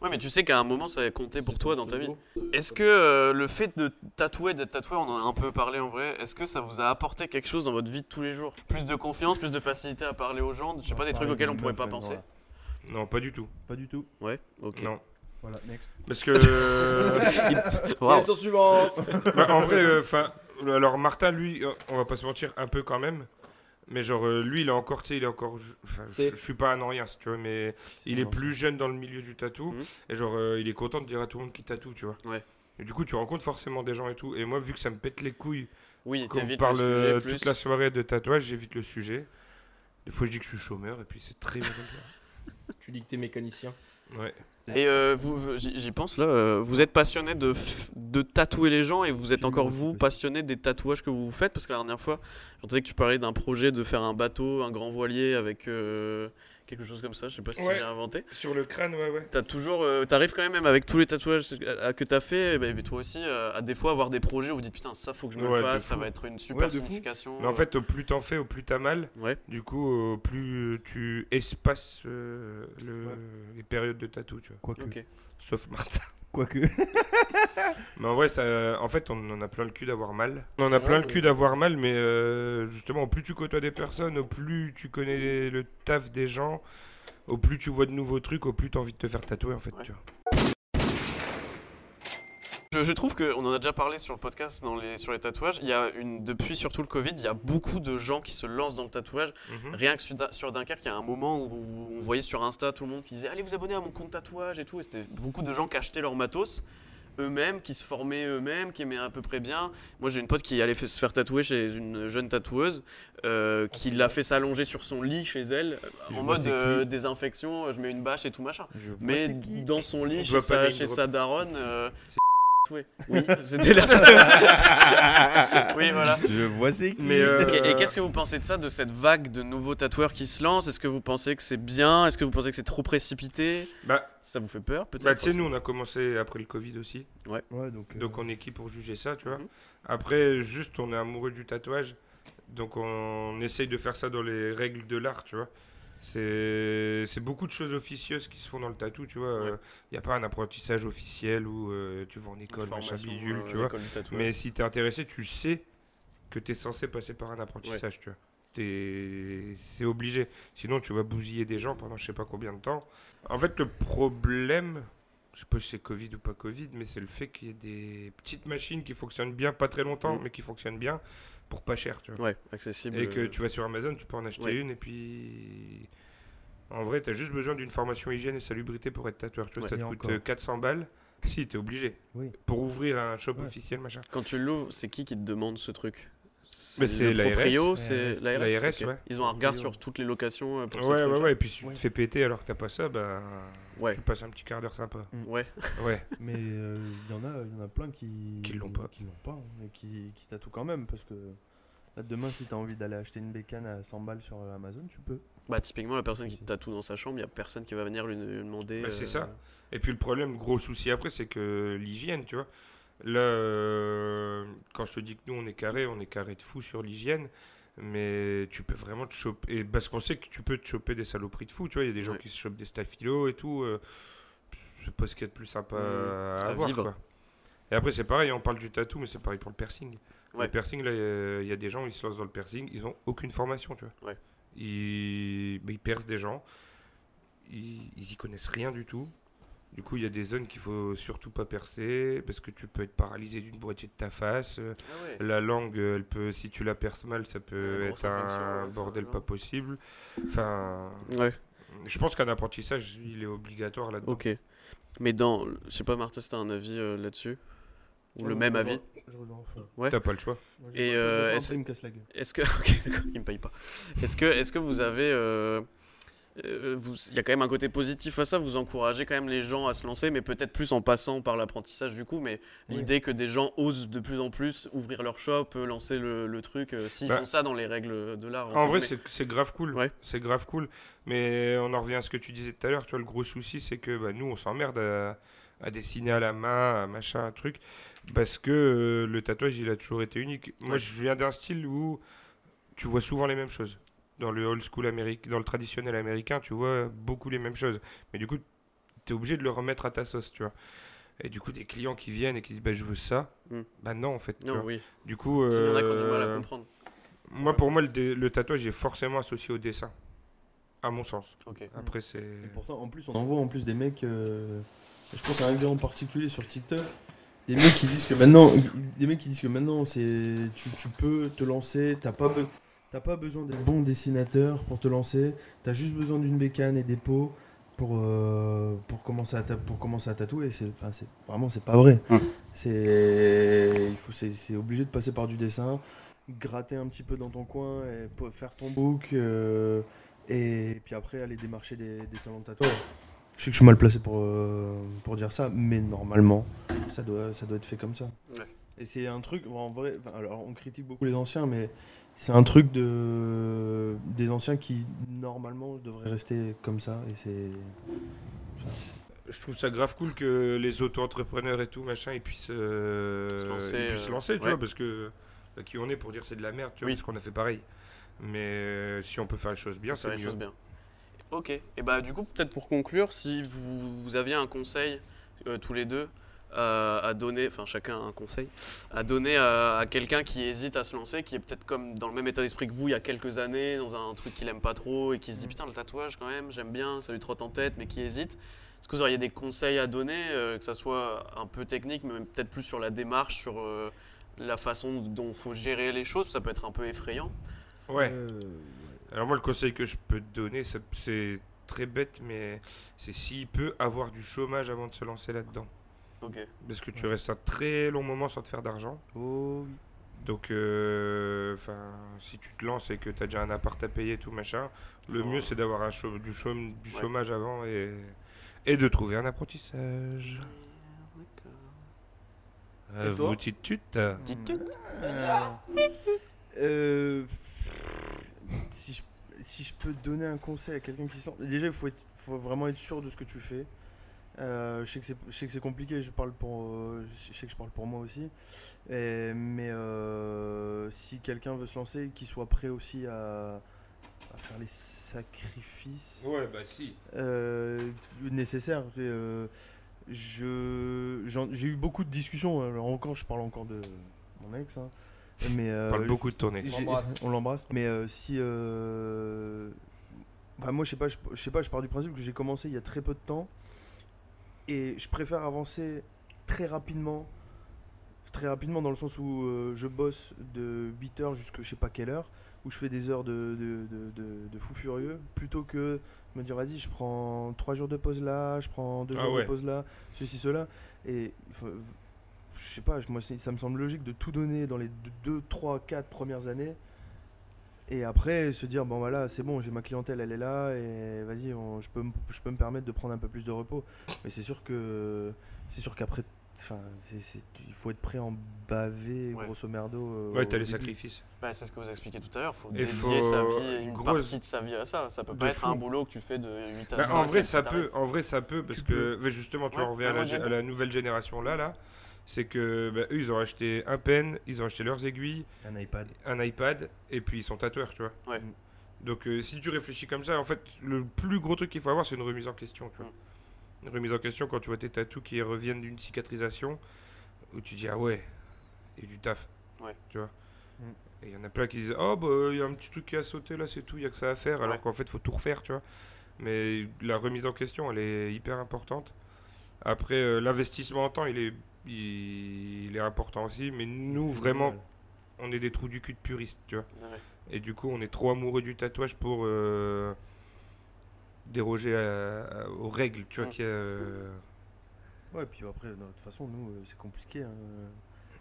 S2: Ouais, mais tu sais qu'à un moment ça a compté pour toi dans ta vie. Est-ce que euh, le fait de tatouer, d'être tatoué, on en a un peu parlé en vrai, est-ce que ça vous a apporté quelque chose dans votre vie de tous les jours Plus de confiance, plus de facilité à parler aux gens, je sais pas, des trucs
S7: Pareil,
S2: auxquels on
S7: une
S2: pourrait
S7: meuf,
S2: pas
S7: même,
S2: penser
S7: voilà.
S1: Non, pas du tout.
S7: Pas du tout.
S2: Ouais, ok. euh,
S1: Non.
S7: Voilà, next.
S1: Parce que.
S2: Waouh.
S6: Question suivante.
S1: Bah, en vrai, enfin, alors Martin, lui, euh, on va pas se mentir, un peu quand même. Mais genre, euh, lui, il est encore, tu sais, il est encore. je- enfin,
S6: C'est-
S1: Je je suis pas un rien, tu vois, mais il est
S7: marrant,
S1: plus jeune dans le milieu du tatou.
S2: Mhm.
S1: Et genre, euh, il est content de dire à tout le monde qu'il tatoue, tu vois.
S2: Ouais.
S1: Et du coup, tu rencontres forcément des gens et tout. Et moi, vu que ça me pète les couilles
S2: Oui,
S1: quand on
S2: t'évites
S1: parle
S2: le
S1: euh,
S2: sujet
S1: toute
S2: plus.
S1: la soirée de tatouage, j'évite le sujet. Des fois, je dis que je suis chômeur, et puis c'est très bien comme
S6: Tu dis que t'es mécanicien.
S1: ça. Ouais.
S2: Et euh, vous, vous- j'y j'y pense là, euh, vous êtes passionné de, f- de tatouer les gens et vous êtes
S7: Film,
S2: encore
S7: je
S2: vous
S7: sais.
S2: passionné des tatouages que vous faites parce que la dernière fois, j'entendais que tu parlais d'un projet de faire un bateau, un grand voilier avec euh, quelque chose comme ça, je sais pas si
S1: Ouais.
S2: j'ai inventé.
S1: Sur le crâne, ouais, ouais.
S2: T'as toujours, euh, t'arrives quand même, même avec tous les tatouages à- à- que t'as fait, et toi aussi, euh, à des fois avoir des projets où vous dites putain ça faut que je me
S1: Ouais,
S2: le
S1: de
S2: fasse,
S1: fou.
S2: ça va être une super
S7: de fou.
S2: signification.
S1: Mais en fait, au plus t'en fais, au plus t'as mal.
S2: Ouais.
S1: Du coup, au plus euh, tu espaces euh, le-
S7: Ouais.
S1: les périodes de tatou, tu vois.
S7: Quoique.
S2: Ok.
S1: Sauf Martin.
S7: Quoique.
S1: Mais en vrai, ça, en fait, on en a plein le cul d'avoir mal. On en a
S6: Ouais,
S1: plein le
S6: mais-
S1: cul d'avoir mal, mais euh, justement, au plus tu côtoies des personnes, au plus tu connais les- le taf des gens, au plus tu vois de nouveaux trucs, au plus t'as envie de te faire tatouer, en fait.
S2: Ouais.
S1: Tu vois.
S2: Je, je trouve qu'on en a déjà parlé sur le podcast dans les, sur les tatouages. Il y a une, depuis surtout le Covid, il y a beaucoup de gens qui se lancent dans le tatouage.
S1: Mhm.
S2: Mm. Rien que sur, Da- sur Dunkerque, il y a un moment où, où on voyait sur Insta tout le monde qui disait Allez vous abonner à mon compte tatouage et tout. Et c'était beaucoup de gens qui achetaient leur matos eux-mêmes, qui se formaient eux-mêmes, qui aimaient à peu près bien. Moi j'ai une pote qui allait fait- se faire tatouer chez une jeune tatoueuse, euh, qui l'a fait s'allonger sur son lit chez elle, euh, en
S7: vois
S2: mode
S7: c'est qui.
S2: euh, désinfection, euh, je mets une bâche et tout machin. Mais dans son lit,
S1: On
S2: chez
S1: doit pas
S2: sa,
S1: name
S2: chez
S1: drop.
S2: sa daronne, euh,
S1: C'est
S2: oui, oui c'était là. oui, voilà.
S3: Je vois c'est qui.
S1: Mais, euh,
S2: Ok, Et qu'est-ce que vous pensez de ça, de cette vague de nouveaux tatoueurs qui se lancent Est-ce que vous pensez que c'est bien Est-ce que vous pensez que c'est trop précipité
S1: bah,
S2: Ça vous fait peur peut-être
S1: bah, tu sais, nous, on a commencé après le Covid aussi.
S7: Ouais, donc. euh,
S1: Donc on est qui pour juger ça, tu vois
S2: Mhm.
S1: Après, juste, on est amoureux du tatouage, donc on essaye de faire ça dans les règles de l'art, tu vois. C'est c'est beaucoup de choses officieuses qui se font dans le tatou, tu vois. Il
S2: Ouais.
S1: n'y a pas un apprentissage officiel où euh, tu vas en école, machin
S2: Formation,
S1: bidule,
S2: euh,
S1: tu vois.
S2: l'école du tatouage.
S1: Mais si t'es intéressé, tu sais que t'es censé passer par un apprentissage, tu vois. T'es- C'est obligé. Sinon, tu vas bousiller des gens pendant je sais pas combien de temps. En fait, le problème, je sais pas si c'est Covid ou pas Covid, mais c'est le fait qu'il y ait des petites machines qui fonctionnent bien, pas très longtemps,
S7: Mm.
S2: Mhm.
S1: mais qui fonctionnent bien pour pas cher, tu vois.
S2: Ouais, accessible.
S7: bah,
S1: Et que
S2: euh,
S1: tu vas sur Amazon, tu peux en acheter
S2: ouais.
S1: une, et puis. En vrai, t'as juste besoin d'une formation hygiène et salubrité pour être tatoueur. Tu vois,
S2: Ouais.
S1: ça
S7: Et
S1: te coûte
S7: encore.
S1: euh, 400 balles. Si, t'es obligé.
S7: Oui.
S1: Pour ouvrir un shop
S7: Ouais.
S1: officiel, machin.
S2: Quand tu l'ouvres, c'est qui qui te demande ce truc
S1: Mais c'est
S2: le
S1: l'ARS.
S2: proprio, c'est l'ARS.
S1: L'ARS,
S2: ok.
S1: ouais.
S2: Ils ont un regard
S7: Proprio.
S2: sur toutes les locations euh, pour ces
S1: Ouais, ouais,
S2: trucs-là.
S1: ouais. Et puis si
S7: Ouais.
S1: tu te fais péter alors que t'as pas ça, bah.
S2: Ouais.
S1: Tu passes un petit quart d'heure sympa.
S2: Ouais.
S1: Ouais.
S7: Mais euh, il y en a, il y en a plein qui
S1: Qui l'ont pas.
S7: qui l'ont pas, hein, et qui, qui tatouent quand même parce que là, demain si t'as envie d'aller acheter une bécane à 100 balles sur euh, Amazon, tu peux.
S2: Bah typiquement la personne qui
S7: Si.
S2: tatoue dans sa chambre, il y a personne qui va venir lui, lui demander.
S1: Bah, c'est ça. Et puis le problème, gros souci après, c'est que l'hygiène, tu vois. Là, euh, quand je te dis que nous on est carré, on est carré de fou sur l'hygiène, mais tu peux vraiment te choper. et Parce qu'on sait que tu peux te choper des saloperies de fou, tu vois. Il y a des gens
S2: Ouais.
S1: qui se chopent des staphylos et tout. euh, je sais pas ce qu'il y a de plus sympa
S2: Mmh,
S1: à,
S2: à
S1: voir,
S2: vivre.
S1: quoi. Et après, c'est pareil, on parle du tatou, mais c'est pareil pour le piercing.
S2: Ouais.
S1: Le piercing, là, euh, il y a des gens, ils se lancent dans le piercing, ils ont aucune formation, tu vois.
S2: Ouais.
S1: Ils, bah, ils percent des gens, ils, ils y connaissent rien du tout. Du coup, il y a des zones qu'il faut surtout pas percer parce que tu peux être paralysé d'une moitié de ta face. euh,
S2: Ah ouais.
S1: La langue, euh, elle peut, si tu la perces mal, ça peut
S2: Une grosse
S1: être un
S2: infection, ouais,
S1: bordel
S2: ça,
S1: pas
S2: genre.
S1: possible. Enfin,
S2: euh, Ouais,
S1: je pense qu'un apprentissage, il est obligatoire là-dedans.
S2: ok. Mais dans. Je sais pas, Martin, si t'as un avis euh, là-dessus Ou le même avis
S7: Euh, Je rejoins enfin.
S2: Ouais.
S1: T'as pas le choix.
S7: Moi,
S2: Et,
S7: je- je-
S2: euh,
S7: je- je-
S2: est-ce-
S7: il me casse la gueule.
S2: Est-ce que. Ok, d'accord, il me paye pas. Est-ce que, est que vous avez. euh, euh, vous- Il y a quand même un côté positif à ça, vous encouragez quand même les gens à se lancer, mais peut-être plus en passant par l'apprentissage du coup. Mais
S7: Oui.
S2: l'idée que des gens osent de plus en plus ouvrir leur shop, euh, lancer le, le truc, euh, s'ils
S1: Bah.
S2: font ça dans les règles de l'art. entre
S1: En vrai,
S2: guillemets.
S1: c'est c'est grave cool.
S2: Ouais.
S1: C'est grave cool. Mais on en revient à ce que tu disais tout à l'heure. Tu vois, le gros souci, c'est que bah, nous, on s'emmerde à, à dessiner à la main, à machin, un truc. Parce que euh, le tatouage, il a toujours été unique. Moi,
S2: Ouais.
S1: je viens d'un style où tu vois souvent les mêmes choses. Dans le old school américain, dans le traditionnel américain, tu vois beaucoup les mêmes choses. Mais du coup, tu es obligé de le remettre à ta sauce, tu vois. Et du coup, des clients qui viennent et qui disent bah, je veux ça,
S2: Mm.
S1: bah non, en fait. tu
S2: Non,
S1: vois.
S2: oui.
S1: Du coup.
S2: Il y en a qui ont du mal à
S1: euh,
S2: comprendre.
S1: moi, pour moi, le, dé- le tatouage est forcément associé au dessin. À mon sens.
S2: Ok.
S1: Après, c'est.
S7: Et pourtant, en plus, on en voit en plus des mecs. euh, je pense à un gars en particulier sur TikTok. Des mecs qui disent que maintenant, des mecs qui disent que maintenant, c'est tu, tu peux te lancer. T'as pas be- t'as pas besoin des bons dessinateurs pour te lancer. T'as juste besoin d'une bécane et des pots pour euh, pour commencer à ta- pour commencer à tatouer. C'est enfin, c'est vraiment c'est pas vrai.
S2: Mm.
S7: C'est il faut c'est c'est obligé de passer par du dessin, gratter un petit peu dans ton coin et po- faire ton book. euh, et puis après, aller démarcher des, des salons de tatouage. Je sais que je suis mal placé pour, euh, pour dire ça, mais normalement, ça doit, ça doit être fait comme ça.
S2: Ouais.
S7: Et c'est un truc, en vrai, enfin, alors on critique beaucoup les anciens, mais c'est un truc de, des anciens qui, normalement, devraient rester comme ça. Et c'est.
S1: Je trouve ça grave cool que les auto-entrepreneurs et tout, machin, ils puissent euh,
S2: Se lancer,
S1: ils puissent se
S2: euh,
S1: lancer, tu
S2: ouais.
S1: vois, parce que. euh, Qui on est pour dire c'est de la merde, tu vois,
S2: Oui.
S1: parce qu'on a fait pareil. Mais euh, si on peut faire les choses bien, c'est
S2: faire les
S1: mieux.
S2: choses bien. Ok. Et bah du coup, peut-être pour conclure, si vous, vous aviez un conseil euh, tous les deux euh, à donner, enfin chacun un conseil, à donner euh, à, à quelqu'un qui hésite à se lancer, qui est peut-être comme dans le même état d'esprit que vous il y a quelques années, dans un truc qu'il aime pas trop et qui se dit putain le tatouage quand même, j'aime bien, ça lui trotte en tête, mais qui hésite. Est-ce que vous auriez des conseils à donner, euh, que ça soit un peu technique, mais peut-être plus sur la démarche, sur euh, la façon dont faut gérer les choses, ça peut être un peu effrayant.
S1: Ouais.
S7: Euh,
S1: Alors, moi, le conseil que je peux te donner, ça- c'est très bête, mais c'est s'il peut avoir du chômage avant de se lancer là-dedans.
S2: Ok.
S1: Parce que tu restes un très long moment sans te faire d'argent.
S7: oh oui.
S1: Donc, euh, enfin, si tu te lances et que tu as déjà un appart à payer, tout machin, le
S2: Faut-
S1: mieux c'est d'avoir un chau- du, chaume- du
S2: Ouais.
S1: chômage avant et, et de trouver un apprentissage. Euh,
S3: toi
S1: vous dites tu
S7: Euh, si, je, si je peux donner un conseil à quelqu'un qui se lance, déjà il faut, être- faut vraiment être sûr de ce que tu fais. Euh, je sais que c'est- je sais que c'est compliqué, je parle pour, euh, je sais que je parle pour moi aussi. Et- mais euh, si quelqu'un veut se lancer, qu'il soit prêt aussi à, à faire les sacrifices
S1: Ouais, bah si.
S7: euh, nécessaire. Et, euh, je, j'en- j'ai eu beaucoup de discussions. hein. Alors encore, je parle encore de mon ex. hein. mais euh,
S1: On parle beaucoup de tournées.
S7: j'ai-
S6: l'embrasse.
S7: on l'embrasse. Mais euh, si, euh, bah, moi, je sais pas, je, je sais pas. Je pars du principe que j'ai commencé il y a très peu de temps, et je préfère avancer très rapidement, très rapidement dans le sens où euh, je bosse de 8 heures jusqu'à je sais pas quelle heure, où je fais des heures de, de, de- de- de fou furieux, plutôt que me dire vas-y, je prends 3 jours de pause là, je prends 2
S1: Ah
S7: jours
S1: ouais.
S7: de pause là, ceci, cela. Et il faut- je sais pas, je- moi c'est- ça me semble logique de tout donner dans les 2, 3, 4 premières années. Et après se dire, bon voilà, c'est bon, j'ai ma clientèle, elle est là, et vas-y, on- je peux, me- je peux me permettre de prendre un peu plus de repos. Mais c'est sûr que c'est sûr qu'après, enfin, c'est- c'est- il faut être prêt à en baver,
S2: Ouais.
S7: grosso merdo. euh,
S1: Ouais,
S7: au
S1: t'as les
S7: début.
S1: sacrifices.
S2: Bah, c'est ce que vous expliquiez tout à l'heure, faut
S1: Et
S2: dédier
S1: faut
S2: sa vie, une
S1: grosse-
S2: partie de sa vie à ça. Ça peut pas
S1: de
S2: être
S1: fou.
S2: un boulot que tu fais de 8 à
S1: Bah,
S2: 5.
S1: en vrai,
S2: et
S1: ça
S2: que
S1: peut,
S2: t'arrêtes.
S1: en vrai, ça peut, parce
S7: Tu
S1: que bah, justement, tu
S2: Ouais,
S1: en reviens à la,
S2: même au
S1: gé- à
S2: Japon.
S1: la nouvelle génération là, là, c'est que bah, eux, ils ont acheté un pen, ils ont acheté leurs aiguilles,
S7: Un iPad.
S1: un iPad et puis ils sont tatoueurs, tu vois.
S2: Ouais.
S1: Donc euh, si tu réfléchis comme ça, en fait, le plus gros truc qu'il faut avoir, c'est une remise en question, tu
S2: Mm.
S1: vois. Une remise en question quand tu vois tes tatous qui reviennent d'une cicatrisation, où tu dis ah ouais, et du taf.
S2: Ouais.
S1: Tu vois.
S7: Mm.
S1: Et ah il y en a plein qui disent oh bah il y a un petit truc qui a sauté là, c'est tout, il y a que ça à faire, alors
S2: Ouais.
S1: qu'en fait faut tout refaire, tu vois. Mais la remise en question, elle est hyper importante. Après, euh, l'investissement en temps, il est, il, il est important aussi. Mais nous, vraiment, on est des trous du cul de puristes, tu vois.
S2: Ouais.
S1: Et du coup, on est trop amoureux du tatouage pour euh, déroger à- à- aux règles, tu vois.
S2: Mm.
S1: qu'il y a, euh,
S3: Ouais, puis après, non, de toute façon, nous, euh, c'est compliqué. hein.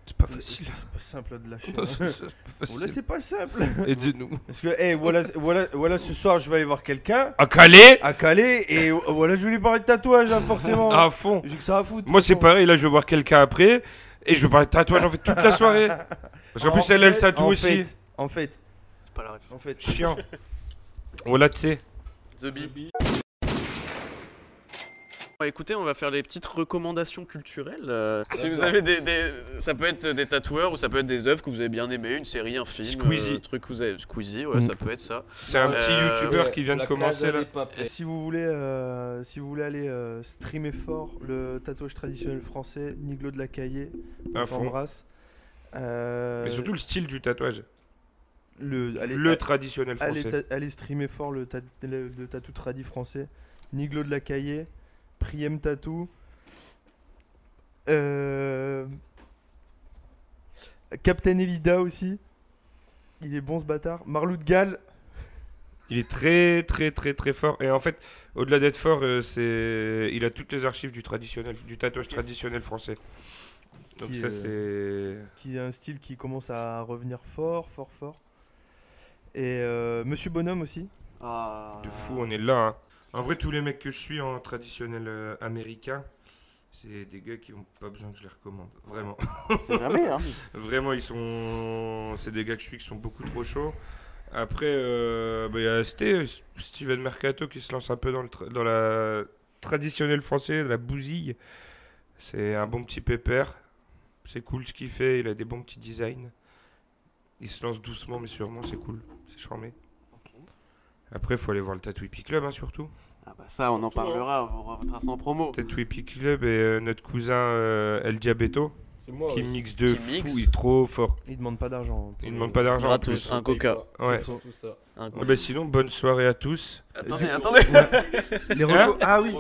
S1: C'est pas
S3: C'est-
S1: facile.
S3: C'est pas simple de lâcher.
S1: Non,
S3: hein.
S1: c'est- c'est pas
S3: Bon, là,
S1: facile.
S3: c'est pas simple.
S1: Aidez-nous.
S3: Parce que, hey, voilà, voilà, voilà, ce soir, je vais aller voir quelqu'un
S1: À Calais
S3: à Calais et euh, voilà, je vais lui parler de tatouage, hein, forcément.
S1: À fond.
S3: J'ai que ça à foutre.
S1: Ah Moi, c'est pareil. Là, je vais voir quelqu'un après. Et je vais parler de tatouage en fait toute la soirée. Parce qu'en
S6: En
S1: plus, elle a le
S6: fait-
S1: tatou
S3: en
S1: aussi.
S3: fait, en fait,
S2: C'est pas la ref.
S3: en fait.
S1: Chiant. Voilà, tu sais.
S2: The Bee.
S6: Ah
S2: Bon, bah, écoutez, on va faire les petites recommandations culturelles. euh, si vous avez des, des- ça peut être des tatoueurs ou ça peut être des œuvres que vous avez bien aimées, une série, un film,
S1: Squeezie. Mm.
S2: euh, truc que vous avez, Squeezie, ouais, ça peut être ça.
S1: C'est un
S2: Euh,
S1: petit youtubeur qui vient de
S6: La
S1: commencer
S6: Casa
S1: là.
S6: de Papel.
S3: Si vous voulez, euh, si vous voulez aller euh, streamer fort le tatouage traditionnel français, Niglo de la Caillée,
S1: À
S3: on
S1: fond.
S3: t'embrasse. Euh,
S1: Mais surtout le style du tatouage.
S3: le, allez,
S1: Le traditionnel
S3: allez,
S1: français.
S3: ta- allez streamer fort le, ta- le, le tatou tradi français, Niglo de la Caillée, Priem Tatou, euh, Captain Elida aussi. Il est bon ce bâtard. Marlou de Galles.
S1: Il est très très très très fort et en fait au-delà d'être fort, euh, c'est il a toutes les archives du traditionnel du tatouage traditionnel français. Donc
S3: Qui,
S1: ça
S3: qui a un style qui commence à revenir fort, fort, fort. Et euh, Monsieur Bonhomme aussi.
S6: Ah.
S1: c'est de fou, on est là. hein. En vrai tous les mecs que je suis en traditionnel euh, américain, c'est des gars qui ont pas besoin que je les recommande, vraiment.
S2: C'est jamais, hein.
S1: Vraiment, ils sont. C'est des gars que je suis qui sont beaucoup trop chauds. Après, euh, bah, il y a Sté- Steven Mercato qui se lance un peu dans, le tra- dans la traditionnelle français, la bousille. C'est un bon petit pépère. C'est cool ce qu'il fait. Il a des bons petits designs. Il se lance doucement, mais sûrement, c'est cool. C'est charmé. Après, il faut aller voir le Tattoo Hippie Club, hein, surtout.
S2: Ah bah ça, on en parlera, vous retrace en promo.
S1: Tattoo Hippie Club et euh, notre cousin euh, El Diabeto
S6: C'est moi.
S1: qui
S6: ouais.
S1: mixe de
S2: Oh, Qui
S1: fou.
S2: mixe.
S1: Il est trop fort.
S3: Il demande pas d'argent.
S1: Il ne demande pas d'argent. en
S2: Gratos.
S1: plus.
S2: Un coca.
S1: Ouais.
S6: C'est surtout ça.
S2: Un
S1: Ah bah sinon, bonne soirée à tous.
S2: Attendez, attendez.
S3: Les
S1: Hein
S3: recos- Ah oui.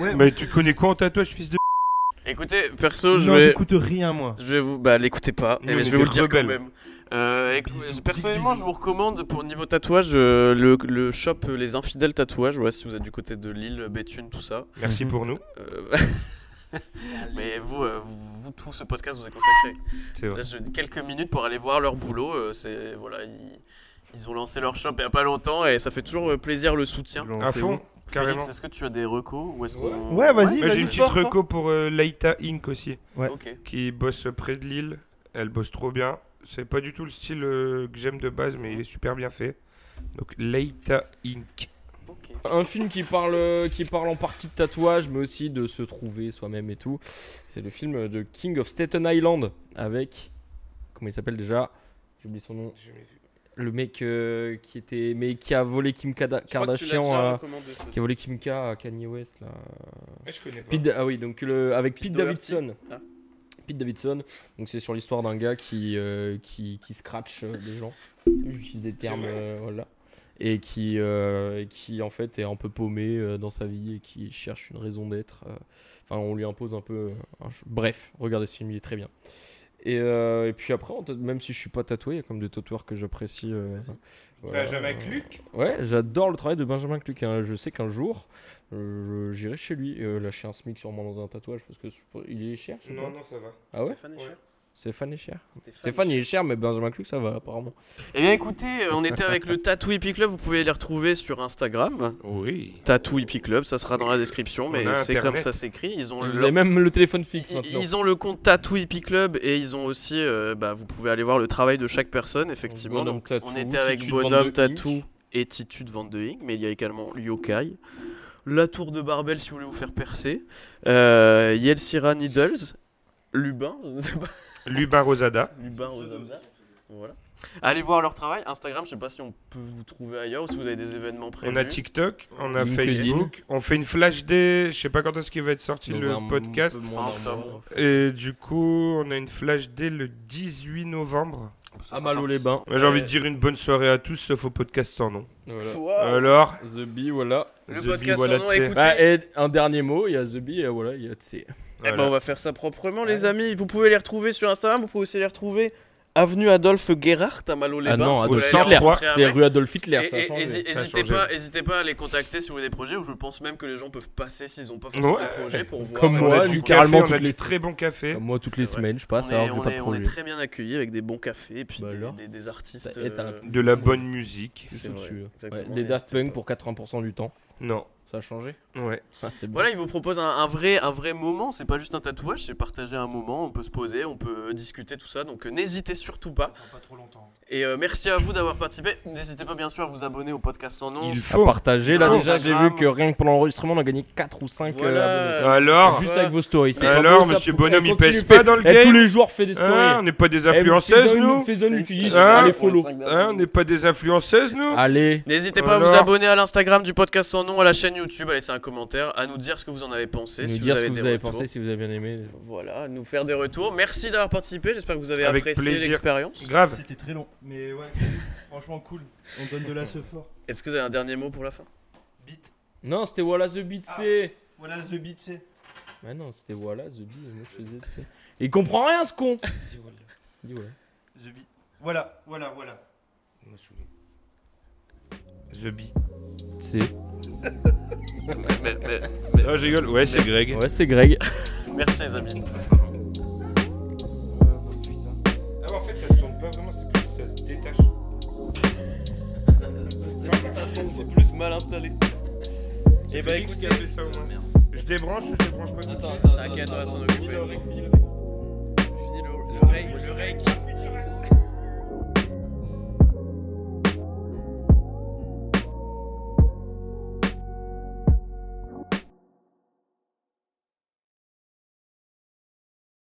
S3: Ouais.
S1: Mais tu connais quoi en tatouage, fils de
S2: Écoutez, perso, je
S7: Non,
S2: vais,
S7: j'écoute rien, moi.
S2: je vais vous, bah l'écoutez pas,
S1: Nous,
S2: eh,
S1: on
S2: mais
S1: est
S2: je vais vous
S1: des
S2: le dire quand
S1: rebelles.
S2: même. Euh, écou-
S7: Bisous, big
S2: personnellement, je
S7: bisous.
S2: vous recommande pour niveau tatouage euh, le, le shop euh, les infidèles tatouages. Ouais, si vous êtes du côté de Lille, Béthune, tout ça.
S1: Merci pour nous.
S2: Euh, Mais vous, euh, vous, vous, tout ce podcast vous est consacré.
S1: C'est
S2: Là,
S1: vrai.
S2: je dis quelques minutes pour aller voir leur boulot. euh, c'est voilà, ils, ils ont lancé leur shop il y a pas longtemps et ça fait toujours euh, plaisir le soutien.
S1: À fond, carrément.
S2: Félix, est-ce que tu as des recos ou est-ce qu'on-
S3: Ouais, vas-y.
S1: Moi, j'ai
S3: vas-y,
S1: une petite
S3: fort, fort.
S1: reco pour euh, Laïta Inc. aussi,
S3: Ouais.
S2: Ok.
S1: qui bosse près de Lille. Elle bosse trop bien. C'est pas du tout le style euh, que j'aime de base, mais il est super bien fait. Donc Laïta Inc.
S2: Ok.
S6: Un film qui parle, euh, qui parle en partie de tatouage, mais aussi de se trouver soi-même et tout. C'est le film de King of Staten Island avec. Comment il s'appelle déjà J'oublie son nom. Le mec euh, qui était. Mais qui a volé Kim Kada-
S2: Je crois que tu l'as
S6: Kardashian.
S2: déjà
S6: euh,
S2: recommandé, ce
S6: qui a volé Kim K à Kanye West là.
S1: Je connais pas.
S6: Pete- ah oui, donc le, avec Pete,
S2: Pete Doherty.
S6: Davidson.
S2: Ah.
S6: Pete Davidson, donc c'est sur l'histoire d'un gars qui, euh, qui, qui scratch euh, des gens. J'utilise des termes,
S1: vrai.
S6: euh, voilà. Et qui, euh, qui en fait est un peu paumé euh, dans sa vie et qui cherche une raison d'être. euh. Enfin, on lui impose un peu. euh, un ch- Bref, regardez ce film, il est très bien. Et, euh, et puis après, en t- même si je suis pas tatoué, il y a comme des tatoueurs que j'apprécie. euh,
S1: Bah,
S6: voilà, euh,
S1: Cluc.
S6: Ouais, j'adore le travail de Benjamin Cluc. hein. Je sais qu'un jour, euh, je- j'irai chez lui euh, lâcher un smic sûrement dans un tatouage parce que je- il est cher. je sais
S1: Non,
S6: pas.
S1: non, ça va.
S6: Ah ouais
S2: Stéphane
S1: Ouais.
S2: Escher
S6: Stéphane est cher.
S2: Stéphane
S6: Stéphane il est cher, mais Benjamin Cluc ça va apparemment.
S2: Eh bien écoutez, euh, on était avec le Tattoo Hippie Club, vous pouvez les retrouver sur Instagram.
S1: Oui.
S2: Tattoo Hippie Club, ça sera dans la description, mais
S1: On a
S2: c'est
S1: Internet.
S2: comme ça s'écrit. Ils ont
S6: Vous
S2: leur-
S6: avez même le téléphone fixe
S2: Ils-
S6: maintenant.
S2: Ils ont le compte Tattoo Hippie Club et ils ont aussi, euh, bah, vous pouvez aller voir le travail de chaque personne, effectivement.
S6: Bonhomme
S2: Donc,
S6: Tattoo,
S2: on était avec
S6: Titude Van
S2: Bonhomme
S6: de Hink.
S2: Tattoo et Titude Van de Hink, mais il y a également Yokai, La Tour de Barbel si vous voulez vous faire percer, euh, Yelsira Needles, Lubin, je ne sais pas,
S1: Lubin Rosada.
S2: Lubin Rosamza. Voilà. Allez voir leur travail. Instagram, je sais pas si on peut vous trouver ailleurs ou si vous avez des événements prévus.
S1: On a TikTok, on a
S6: LinkedIn.
S1: Facebook, on fait une flash day, je sais pas quand est-ce qu'il va être sorti
S6: Dans
S1: le
S6: un
S1: podcast.
S6: peu moins
S2: Fin
S6: d'un mois.
S2: octobre.
S1: Et du coup, on a une flash day le 18 novembre.
S2: Ça
S6: À
S2: sera sorti.
S6: Malo-les-Bains.
S1: J'ai envie de dire une bonne soirée à tous, sauf au podcast sans nom.
S6: Voilà.
S2: Wow.
S1: Alors,
S6: The Bee, voilà.
S2: Oh.
S1: The
S2: Le podcast
S1: Bee, voilà,
S2: sans nom,
S1: tu sais.
S2: écoutez.
S6: Ah, et un dernier mot, il y a The Bee et voilà, il y a Tse.
S2: Eh ben,
S1: Voilà.
S2: on va faire ça proprement, les amis. Vous pouvez les retrouver sur Instagram, vous pouvez aussi les retrouver Avenue Adolphe Guérard à
S6: Ah
S2: Malo-les-Bains.
S6: non,
S2: si vous voulez
S6: Adolphe
S2: aller
S6: Hitler.
S1: Hitler.
S2: rentrer
S6: C'est
S2: avec.
S6: rue Adolf Hitler,
S2: Et-
S6: ça a
S2: et-
S6: changé.
S2: hési-
S1: Ça a
S2: Hésitez
S1: changé.
S2: pas, hésitez pas à les contacter si vous avez des projets ou je pense même que les gens peuvent passer s'ils n'ont pas forcément
S1: Ouais.
S2: de projet pour voir.
S6: Comme
S2: euh,
S1: on
S6: moi,
S1: a
S2: on
S1: du
S2: est-
S6: littéralement
S1: café, on a
S6: toutes les-
S1: du très bon café.
S6: Comme moi, toutes
S2: C'est
S6: les
S2: vrai.
S6: semaines, je passe alors que j'ai
S2: on
S6: pas de
S2: est, on est
S6: projet.
S2: très bien accueillis avec des bons cafés et puis
S6: Bah
S2: des,
S6: alors.
S2: des- des artistes.
S6: Ça aide à la-
S2: euh,
S1: De la bonne musique.
S6: C'est
S2: C'est
S6: tout
S2: vrai,
S6: dessus, ouais.
S2: exactement,
S6: Ouais, Les Daft
S2: n'hésitez
S6: Punk
S2: pas.
S6: pour 80% du temps.
S1: Non.
S6: Ça a changé
S1: Ouais.
S6: Ah, c'est bon.
S2: Voilà, il vous propose un, un vrai, un vrai moment, c'est pas juste un tatouage, c'est partager un moment, on peut se poser, on peut discuter, tout ça, donc euh, n'hésitez surtout pas. Et euh, merci à vous d'avoir participé, n'hésitez pas bien sûr à vous abonner au podcast sans nom.
S1: Il
S6: À
S1: faut.
S6: partager, là
S2: Sur
S6: déjà, j'ai vu
S2: Instagram.
S6: que rien que pendant l'enregistrement, on a gagné 4 ou 5
S2: Voilà.
S1: Alors, hein, euh,
S6: Juste avec vos stories. c'est pas
S1: alors,
S6: beau, ça,
S1: monsieur
S6: putain,
S1: Bonhomme, il
S6: continue,
S1: pèse
S6: fais-
S1: pas dans le
S6: Eh, Tous
S1: game.
S6: les jours, fais des stories.
S1: Hein, on n'est pas des
S6: Eh,
S1: influenceuses,
S6: fais-en une-
S1: nous.
S6: Fais-en une, tu dis.
S1: Hein
S6: Allez, follow.
S1: Hein, on n'est pas des influenceuses, nous.
S6: Allez.
S2: N'hésitez pas à vous
S1: Alors.
S2: abonner à l'Instagram du podcast sans nom, à la chaîne YouTube, à laisser un commentaire, à nous dire ce que vous en avez pensé,
S6: Nous
S2: si
S6: dire
S2: vous
S6: ce
S2: avez
S6: que
S2: des
S6: vous avez
S2: retours.
S6: pensé, si vous avez bien aimé.
S2: Voilà, nous faire des retours. Merci d'avoir participé, j'espère que vous avez
S1: Avec
S2: apprécié
S1: plaisir.
S2: l'expérience.
S1: Grave.
S7: C'était très long, mais ouais, franchement cool. On donne de la ce fort.
S2: Est-ce que vous avez un dernier mot pour la fin
S7: Beat.
S6: Non, c'était Voilà the Beat, c'est.
S7: Voilà The Beat, c'est.
S6: Ah non, c'était Voilà the Beat, et moi je faisais, tu sais. Il comprend rien, ce con Il dit voilà.
S7: The Beat. Voilà, voilà, voilà.
S1: The Bee.
S6: C'est.
S1: Ah, je rigole. Ouais, c'est Greg.
S6: Ouais, c'est Greg.
S2: Merci les amis.
S1: Ah, en fait, ça se tourne pas vraiment, c'est plus ça se détache.
S2: C'est plus mal installé. Et bah écoutez,
S1: Je débranche ou je débranche pas tout de suite
S2: t'inquiète, on va s'en occuper.
S6: Fil, Fil.